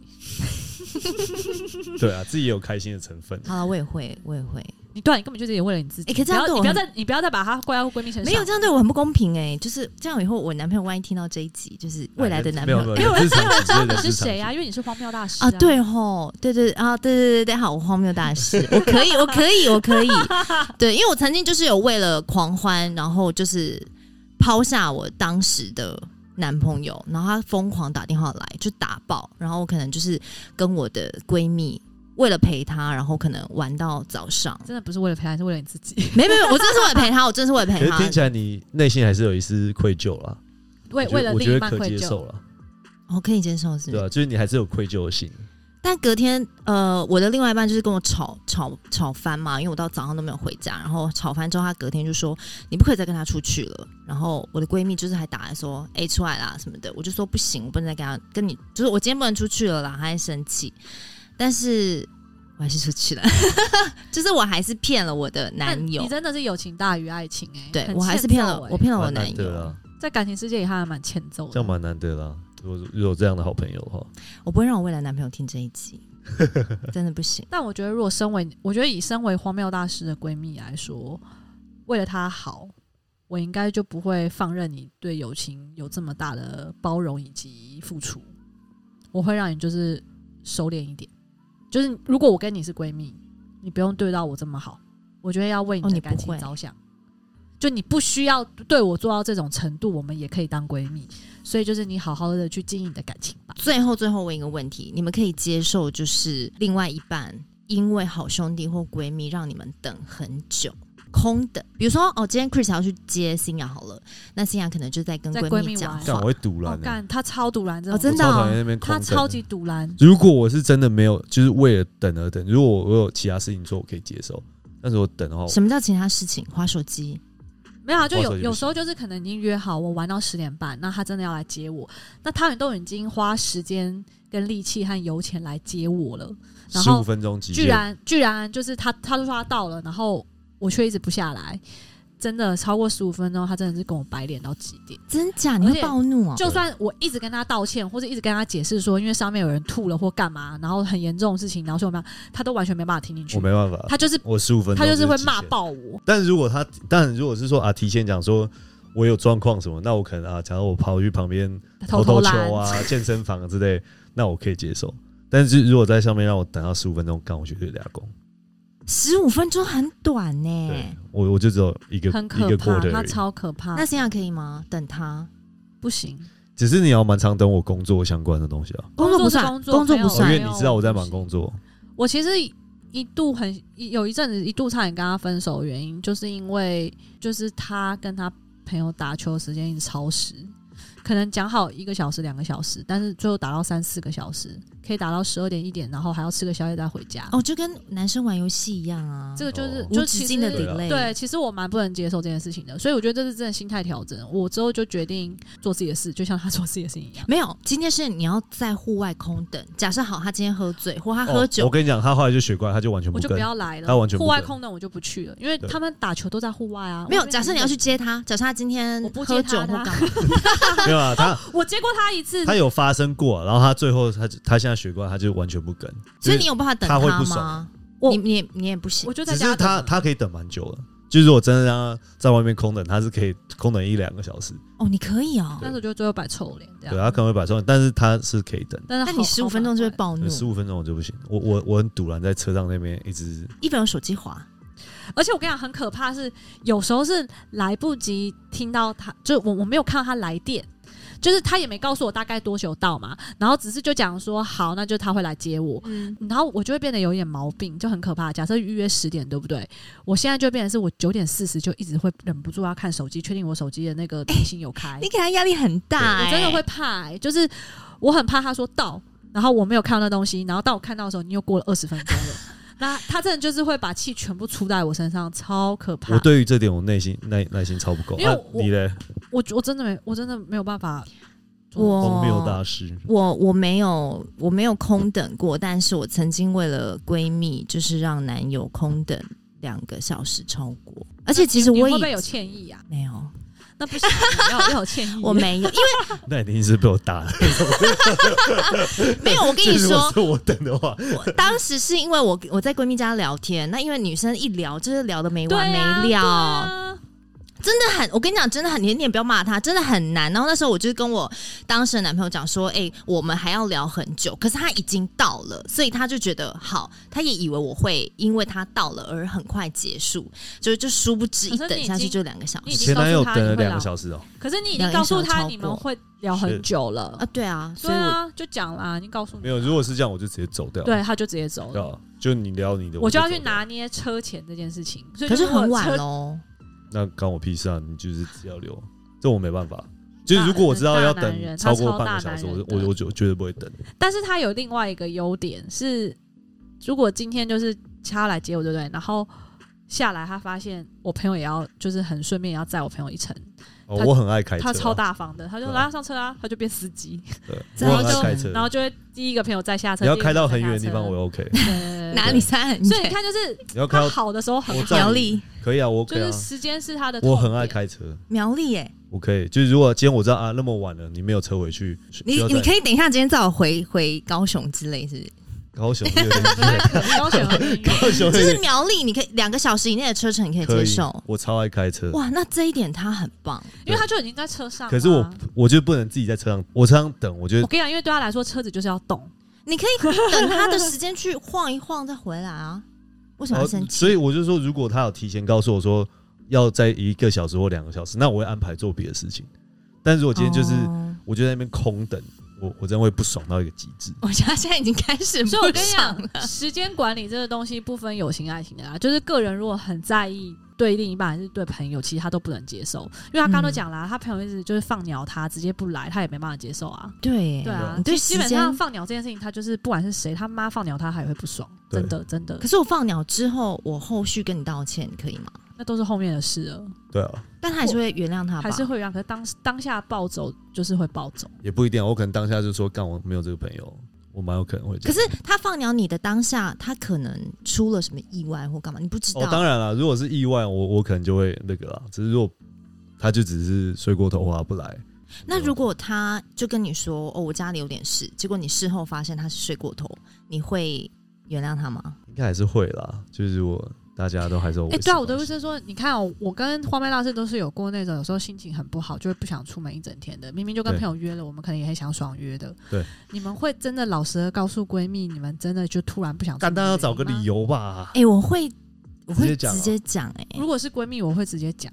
S2: 对啊，自己也有开心的成分。
S4: 好了，我也会，我也会，
S1: 你对啊、你根本就是也为了你自己。
S4: 欸可这样
S1: 不
S4: 对
S1: 要你
S4: 我
S1: 不要
S4: 很
S1: 再你不要再把它怪到闺蜜身上。
S4: 没有这样对我很不公平哎、就是这样以后我男朋友万一听到这一集，就是未来的男
S2: 哎没
S4: 朋
S2: 有
S4: 友
S2: 没有，没
S1: 没有
S2: 有
S1: 人知道
S2: 人
S1: 你是谁啊，因为你是荒谬大师
S4: 啊，对吼，对对啊，对对对对，好，我荒谬大师，我可以，我可以，我可以，对，因为我曾经就是有为了狂欢，然后就是抛下我当时的男朋友，然后他疯狂打电话来，就打爆，然后我可能就是跟我的闺蜜。为了陪他，然后可能玩到早上。
S1: 真的不是为了陪他，是为了你自己，
S4: 没有没有，我真的是为了陪他，我真的是为了
S2: 可
S4: 陪
S2: 是
S4: 他。
S2: 听起来你内心还是有一丝愧疚啦，
S1: 为
S2: 我觉得
S1: 为了
S2: 我觉
S1: 另一
S2: 得
S1: 半
S2: 可
S1: 愧
S2: 接
S1: 疚。
S2: 受了，
S4: 我哦可以接受是不
S2: 对
S4: 是，
S2: 啊，就是你还是有愧疚心。
S4: 但隔天，呃，我的另外一半就是跟我吵吵吵翻嘛，因为我到早上都没有回家，然后吵翻之后，他隔天就说你不可以再跟他出去了。然后我的闺蜜就是还打来说，哎、出来啦什么的，我就说不行，我不能再跟他跟你，就是我今天不能出去了啦，他还生气，但是我还是出去了， 就是我还是骗了我的
S1: 但
S4: 男友
S1: 你，真的是友情大于爱情哎、
S4: 对
S1: 很
S4: 我还
S1: 欠
S4: 是骗
S1: 揍
S4: 了
S1: 欸
S4: 我骗了我
S2: 蛮
S4: 男
S2: 难得啊
S4: 友，
S2: 啦，
S1: 在感情世界里他还蛮欠揍
S2: 这样
S1: 的。
S2: 蛮难得啦。如果如果有这样的好朋友的话，
S4: 我不会让我未来男朋友听这一集，真的不行。
S1: 但我觉得，如果身为我觉得以身为荒谬大师的闺蜜来说，为了她好，我应该就不会放任你对友情有这么大的包容以及付出。我会让你就是收敛一点，就是如果我跟你是闺蜜，你不用对到我这么好，我觉得要为
S4: 哦
S1: 你的
S4: 你不
S1: 感情
S4: 会
S1: 着想。就你不需要对我做到这种程度，我们也可以当闺蜜。所以就是你好好的去经营你的感情吧。
S4: 最后，最后问一个问题：你们可以接受就是另外一半因为好兄弟或闺蜜让你们等很久，空等？比如说，哦，今天 Chris 要去接新雅好了，那新雅可能就在跟
S1: 在
S4: 闺
S1: 闺蜜
S4: 讲
S1: 玩
S2: 干
S4: 话
S2: 我。会堵
S1: 哦
S2: 拦，欸
S1: 干，他超堵拦这
S4: 哦
S1: 种，
S4: 真的
S2: 我
S4: 哦
S2: 超讨厌那边空
S1: 啊他
S2: 等
S1: 超级堵拦。
S2: 如果我是真的没有，就是为了等而等，如果我有其他事情做，我可以接受。但是我等的话，
S4: 什么叫其他事情？划手机？
S1: 没有啊，就
S2: 划手
S1: 有
S2: 机不
S1: 有
S2: 行
S1: 时候就是可能已经约好我玩到十点半，那他真的要来接我，那他们都已经花时间跟力气和油钱来接我了，然
S2: 十
S1: 后
S2: 五分钟极
S1: 居
S2: 限，
S1: 然居然就是他他都说他到了，然后我却一直不下来，真的超过十五分钟，他真的是跟我白脸到极点。
S4: 真假？你
S1: 而且
S4: 会暴怒哦、
S1: 就算我一直跟他道歉，或者一直跟他解释说因为上面有人吐了或干嘛，然后很严重的事情，然后说我们他都完全没办法听进去
S2: 我，没办法，
S1: 他就是
S2: 我十五分钟
S1: 他就是会
S2: 极
S1: 骂
S2: 限。
S1: 爆我。
S2: 但如果他，但如果是说啊，提前讲说我有状况什么，那我可能啊，假如我跑去旁边投
S1: 偷
S2: 投球
S1: 懒
S2: 啊、健身房之类，那我可以接受。但是如果在上面让我等到十五分钟，干我绝对俩工。
S4: 十五分钟很短呢、
S2: 对我我就只有一个
S1: 很
S2: 一
S1: 可
S2: 个过
S1: 怕，
S2: 的
S1: 他
S2: 而已。
S1: 超可怕，
S4: 那新雅可以吗？等他
S1: 不行。
S2: 只是你要蛮常等我工作相关的东西啊，
S4: 工作不算
S1: 工
S4: 工作不
S1: 没有
S2: 哦因
S4: 算
S2: 为
S1: 没有
S2: 你知道我在
S1: 不
S2: 忙
S1: 行
S2: 工作。
S1: 我其实一度很有一阵子一度差点跟他分手，的原因就是因为就是他跟他朋友打球的时间一直超时，可能讲好一个小时、两个小时，但是最后打到三四个小时，可以打到十二点一点，然后还要吃个宵夜再回家。
S4: 哦，就跟男生玩游戏一样啊，
S1: 这个就是、
S2: 哦
S1: 就
S4: 无
S1: 其
S4: 止
S1: 实
S4: 境的
S2: 对啊
S4: delay。
S1: 对，，其实我蛮不能接受这件事情的，所以我觉得这是真的心态调整。我之后就决定做自己的事，就像他做自己的事情一样。
S4: 没有，今天是你要在户外空等。假设好，他今天喝醉，或他喝
S2: 哦
S4: 酒
S2: 我，跟你讲，他后来就学乖，他就完全
S1: 我
S2: 不
S1: 就不
S2: 跟。
S1: 要来了。
S2: 他完全不
S1: 户外
S2: 跟
S1: 空的我就不去了，因为
S2: 对
S1: 他们打球都在户外啊。
S4: 没有，
S1: 我那边
S4: 假设你要去，接他，假设他今天
S1: 我不接
S4: 喝
S1: 他
S4: 酒或
S1: 他
S4: 干嘛，
S2: 没有啊， 他
S1: 我接过他一 次，
S2: 他有发生过，然后他最后他就他现在学乖，他就完全不跟。
S4: 所以
S2: 就
S4: 你
S2: 是
S4: 有办法等
S2: 他会不
S4: 吗
S2: 爽？
S1: 我
S4: 你你也你也不行
S1: 我，就在
S2: 只
S1: 家
S2: 是
S1: 等
S2: 他他可以等蛮久的，就是如果真的让他在外面空等，他是可以空等一两个小时，
S4: 哦，你可以哦，
S1: 但是我就最后摆臭脸这样。
S2: 对他啊可能会摆送，但是他是可以等。
S1: 但是
S4: 那
S1: 好
S4: 你十五分钟就会。暴
S1: 嗯
S4: 怒，
S2: 十五分钟我就不行，我我我很堵然在车上那边一直
S4: 一边有手机滑，
S1: 好麻烦而且我跟你讲，很可怕是有时候是来不及听到他，就我我没有看到他来电。就是他也没告诉我大概多久到嘛，然后只是就讲说好，那就他会来接我，
S4: 嗯，
S1: 然后我就会变得有点毛病，就很可怕。假设预约十点，对不对？我现在就变成是我九点四十就一直会忍不住要看手机，确定我手机的那个提醒有开。
S4: 哎你给他压力很大，
S1: 我真的会，怕、欸，就是我很怕他说到，然后我没有看到那东西，然后当我看到的时候，你又过了二十分钟了。 那他真的就是会把气全部出在我身上，超可怕。
S2: 我对于这点我内心耐耐心超不够。
S1: 因为
S2: 啊
S1: 我
S2: 你嘞，
S1: 我我真的没，我真的没有办法。哦
S2: 荒谬大
S4: 我
S2: 师，
S4: 我我没有我没有空等过，但是我曾经为了闺蜜，就是让男友空等两个小时超过，而且其实
S1: 你
S4: 我
S1: 会不会
S4: 也
S1: 有歉意啊？
S4: 没有，
S1: 那不 行，要要有歉意。
S4: 我没有，因为
S2: 那一定是被我打了。
S4: 没有。我跟你
S2: 如
S4: 说
S2: 果，是我等的话，
S4: 我 当时是因为我我在闺蜜家聊天，那因为女生一聊就是聊的 没
S1: 对
S4: 完
S1: 啊
S4: 没了，
S1: 对啊
S4: 真的很，我跟你讲，真的很，你你也不要骂他，真的很难。然后那时候我就跟我当时的男朋友讲说，哎、我们还要聊很久，可是他已经到了，所以他就觉得好，他也以为我会因为他到了而很快结束，就就殊不知
S1: 可
S4: 一
S1: 是你
S4: 等
S1: 已
S4: 下去
S1: 经
S4: 就两个小时
S1: 你已经
S2: 前男友
S1: 告诉他
S2: 等
S1: 你
S2: 了
S1: 会
S2: 两
S1: 老
S2: 个小时哦、
S1: 可是你已经
S4: 两个
S1: 告诉
S4: 小时
S1: 他
S4: 超
S1: 你们
S4: 过
S1: 会聊很
S2: 是
S1: 久了
S4: 啊，，对啊，所
S1: 哦对
S4: 以我、
S1: 啊，就讲啦，你告诉你，
S2: 没有，如果是这样，我就直接走掉。
S1: 对，他就直接走
S2: 对
S1: 了。
S2: 啊，就你聊你的，
S1: 哦我就要
S2: 走
S1: 去
S2: 掉
S1: 拿。捏车钱这件事情，所以
S4: 啊可是
S1: 如果
S4: 很晚
S1: 车
S4: 喽。
S2: 那关我屁事啊！你就是只要留，这我没办法。就是如果我知道要
S1: 大男人
S2: 等超
S1: 他
S2: 过
S1: 超
S2: 半个小时，
S1: 大男
S2: 我
S1: 人的
S2: 我我就绝对不会等。
S1: 但是他有另外一个优点是，如果今天就是他来接我，对不对？然后下来他发现我朋友也要，就是很顺便也要载我朋友一程，
S2: 哦
S1: 他
S2: 我很爱开车、
S1: 他
S2: 啊，
S1: 超大方的，他就
S2: 对啊
S1: 来他上车啊，他就变司机，
S2: 对，
S4: 然
S2: 我
S4: 后
S2: 很爱
S1: 就
S2: 开车。
S1: 然后就会第一个朋友载下车，
S2: 你要
S1: 第
S2: 开
S1: 二个
S2: 到
S1: 朋
S2: 很
S1: 友
S2: 远的
S1: 载
S2: 地方，我
S1: 下车
S2: 也
S1: 对
S2: OK。
S1: 对对对
S4: 哪里差很
S1: 所以你
S4: 远？
S1: 看，就是
S2: 你要开
S1: 他
S2: 到
S1: 好的时候很
S2: 我
S1: 好
S2: 在，
S4: 苗栗，
S2: 可以啊，我
S1: 就
S2: OK 啊
S1: 是，时间是他的，
S2: 我很爱，开车，
S4: 苗栗耶、
S2: 我可以。就是如果今天我知道啊，那么晚了，你没有车回去，
S4: 你你可以等一下，今天载我回回高雄之类，是不是？
S2: 以高雄有点远
S1: 高雄很远
S2: 高雄有
S4: 就
S2: 点
S4: 是苗栗，你可以两个小时以内的车程，你可以
S2: 可
S4: 接
S2: 以
S4: 受。
S2: 我超爱开车，
S4: 哇，那这一点他很棒。
S1: 因为他就已经在车上了啊。
S2: 可是我我就不能自己在车上，我车上等，我觉
S1: 我
S2: 得
S1: 跟你讲，因为对他来说，车子就是要动。
S4: 你可以等他的时间去晃一晃再回来啊。为什么要
S2: 呃
S4: 生气？
S2: 所以我就说，如果他有提前告诉我说要在一个小时或两个小时，那我会安排做别的事情。但如果今天就是
S4: 哦
S2: 我就在那边空等，我我真的会不爽到一个极致。
S4: 我觉得他现在已经开始不 啊
S1: 所以我跟你
S4: 爽了。
S1: 讲，时间管理这个东西不分有情爱情的啦，就是个人如果很在意对另一半还是对朋友，其实他都不能接受，因为他刚刚都讲
S4: 嗯
S1: 啦，他朋友一直就是放鸟他，直接不来，他也没办法接受啊。
S4: 对
S1: 对啊
S4: 你，对
S1: 基
S4: 时
S1: 本上
S4: 间。
S1: 放鸟这件事情，他就是不管是谁，他妈放鸟他，他也会不爽，
S2: 对
S1: 真的真的
S4: 可，是我放鸟之后，我后续跟你道歉可以吗？
S1: 那都是后面的事了，
S2: 对啊，
S4: 但他还是会原谅他吧？
S1: 还是会让，可是当当下暴走就是会暴走，
S2: 也不一定啊，我可能当下就说干，我没有这个朋友，我蛮有可能会这
S4: 可
S2: 样。
S4: 是他放鸟你的当下，他可能出了什么意外或干嘛，你不知道。
S2: 哦，当然了，如果是意外，我我可能就会那个啦。只是如果他就只是睡过头啊，不来，
S4: 那如果他就跟你说：“哦，我家里有点事。”结果你事后发现他是睡过头，你会原谅他吗？
S2: 应该还是会啦。就是如果大家都还是有维
S1: 哎、
S2: 持
S1: 对啊，我
S2: 关
S1: 的意
S2: 系
S1: 思是说，你看、哦，我跟花妹大师都是有过那种，有时候心情很不好，就会不想出门一整天的。明明就跟
S2: 对
S1: 朋友约了，我们可能也很想爽约的。
S2: 对，
S1: 你们会真的老实的告诉闺蜜，你们真的就突然不想出
S2: 干，
S1: 门的
S2: 大
S1: 原因吗？
S2: 家要找个理由吧。
S4: 哎、我会，我会
S2: 直接讲啊
S4: 直接讲、哎、
S1: 如果是闺蜜，我会直接讲，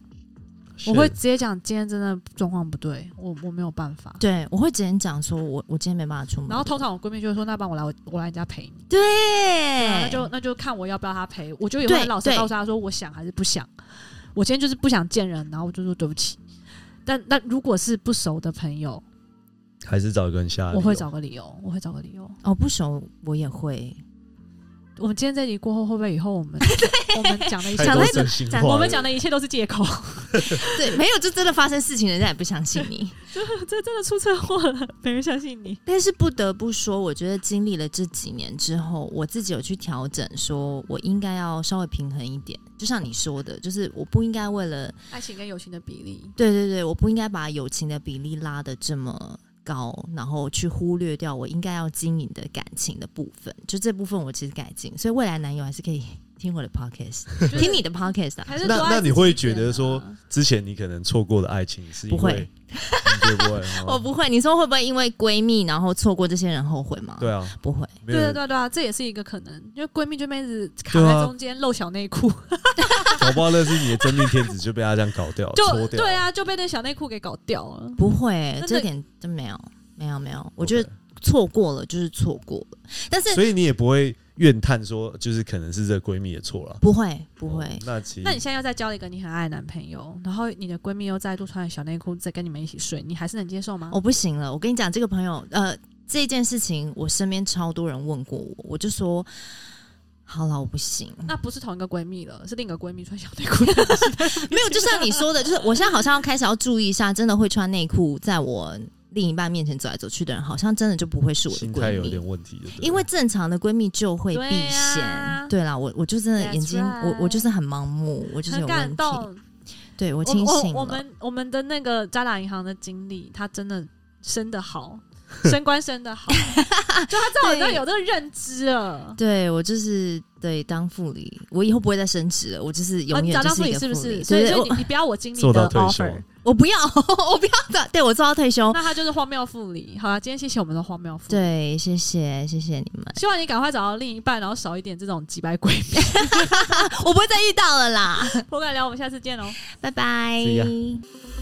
S1: 我会直接讲，今天真的状况不对，我我没有办法。
S4: 对，我会直接讲说我我今天没办法出门。
S1: 然后通常我闺蜜就会说：“那帮我来我我来你家陪你。
S4: 对，
S1: 对啊那就那就看我要不要她陪。我就也
S4: 对
S1: 会很老实
S4: 对
S1: 告诉她说我想还是不想。我今天就是不想见人，然后我就说对不起。但但如果是不熟的朋友，
S2: 还是找一个人下来。
S1: 我会找个理由，我会找个理由。
S4: 哦不熟我也会，
S1: 我们今天这集过后，会不会以后我 们我们讲的一切
S2: 太
S4: 讲
S1: 都
S2: 多
S4: 到一
S1: 是，
S2: 真心
S4: 讲
S2: 话了。
S1: 我们讲的一切都是借口？
S4: 对，没有就真的发生事情，人家也不相信你。
S1: 这真的出车祸了，没人相信你。
S4: 但是不得不说，我觉得经历了这几年之后，我自己有去调整，说我应该要稍微平衡一点。就像你说的，就是我不应该为了
S1: 爱情跟友情的比例，
S4: 对对对，我不应该把友情的比例拉得这么高，然后去忽略掉我应该要经营的感情的部分。就这部分我其实改进，所以未来男友还是可以 听我的 podcast，
S1: 就是
S4: 听你的 podcast 啊。
S1: 还是
S2: 那
S1: 多爱
S2: 那
S1: 自
S2: 你
S1: 己
S2: 会
S1: 一
S2: 觉
S1: 点
S2: 得
S1: 啊
S2: 说之前你可能错过的爱情是因
S4: 不会
S2: 为，你觉得不会哦
S4: 我不会，你说会不会因为闺蜜然后错过这些人后悔吗？
S2: 对，啊，
S4: 不会。
S2: 没
S1: 对
S2: 有
S1: 对
S2: 人
S1: 对对啊，这也是一个可能，因为闺蜜就妹子卡
S2: 对
S1: 在
S2: 啊哦
S1: 中间露小内裤，
S2: 搞不好那是你的真命天子就被他这样搞掉，
S1: 就
S2: 搓掉。嗯
S1: 对，啊，就被那小内裤给搞掉了。
S4: 不会、
S1: 那
S4: 这
S1: 那
S4: 点真没有，没有，没有。我觉得错过了就是错过了，但是
S2: 所以你也不会怨叹说，就是可能是这闺蜜的错了。
S4: 不会，不会。
S2: 哦那其
S1: 那你
S2: 实
S1: 现在要再交一个你很爱的男朋友，然后你的闺蜜又再度穿着小内裤再跟你们一起睡，你还是能接受吗？
S2: 哦
S4: 我哦不行了，我跟你讲，这个朋友，呃，这件事情我身边超多人问过我，我就说，好了，我不行。
S1: 那不是同一个闺蜜了，是另一个闺蜜穿小内裤。
S4: 没有，就像你说的，就是我现在好像要开始要注意一下，真的会穿内裤在我另一半面前走来走去的人，好像真的就不会是我的
S2: 心态
S4: 闺
S2: 有
S4: 蜜
S2: 点。问题，对不对
S4: 因为正常的闺蜜就会避
S1: 对
S4: 嫌，
S1: 啊
S4: 对啦，我我就真的
S1: That's
S4: 眼睛，我我就是很盲目，我就是
S1: 很
S4: 有问
S1: 感
S4: 题。
S1: 动，
S4: 对我
S1: 我
S4: 清醒
S1: 我我
S4: 了，
S1: 们我们的那个渣打银行的经理，他真的升的好， 升官升的 好，就他至少
S4: 对
S1: 知道有这个认知了。
S4: 对我就是对当副理，我以后不会再升职了，我就是
S1: 啊
S4: 永
S1: 你
S4: 远
S1: 找
S4: 就
S1: 到副
S4: 一
S1: 理
S4: 个
S1: 是不
S4: 副理
S1: 是？所以
S4: 对
S1: 所以
S4: 我
S1: 你你不要我经理
S2: 做
S1: 的
S2: 到退休
S1: offer，
S4: 我不要， 我不要的，对我做到退休。
S1: 那他就是荒谬副理。好了，今天谢谢我们的荒谬副理。
S4: 对，谢谢谢谢你们，
S1: 希望你赶快找到另一半，然后少一点这种几百鬼 面。
S4: 我不会再遇到了啦，
S1: 我感聊，我们下次见喽。哦
S4: 拜拜
S2: See。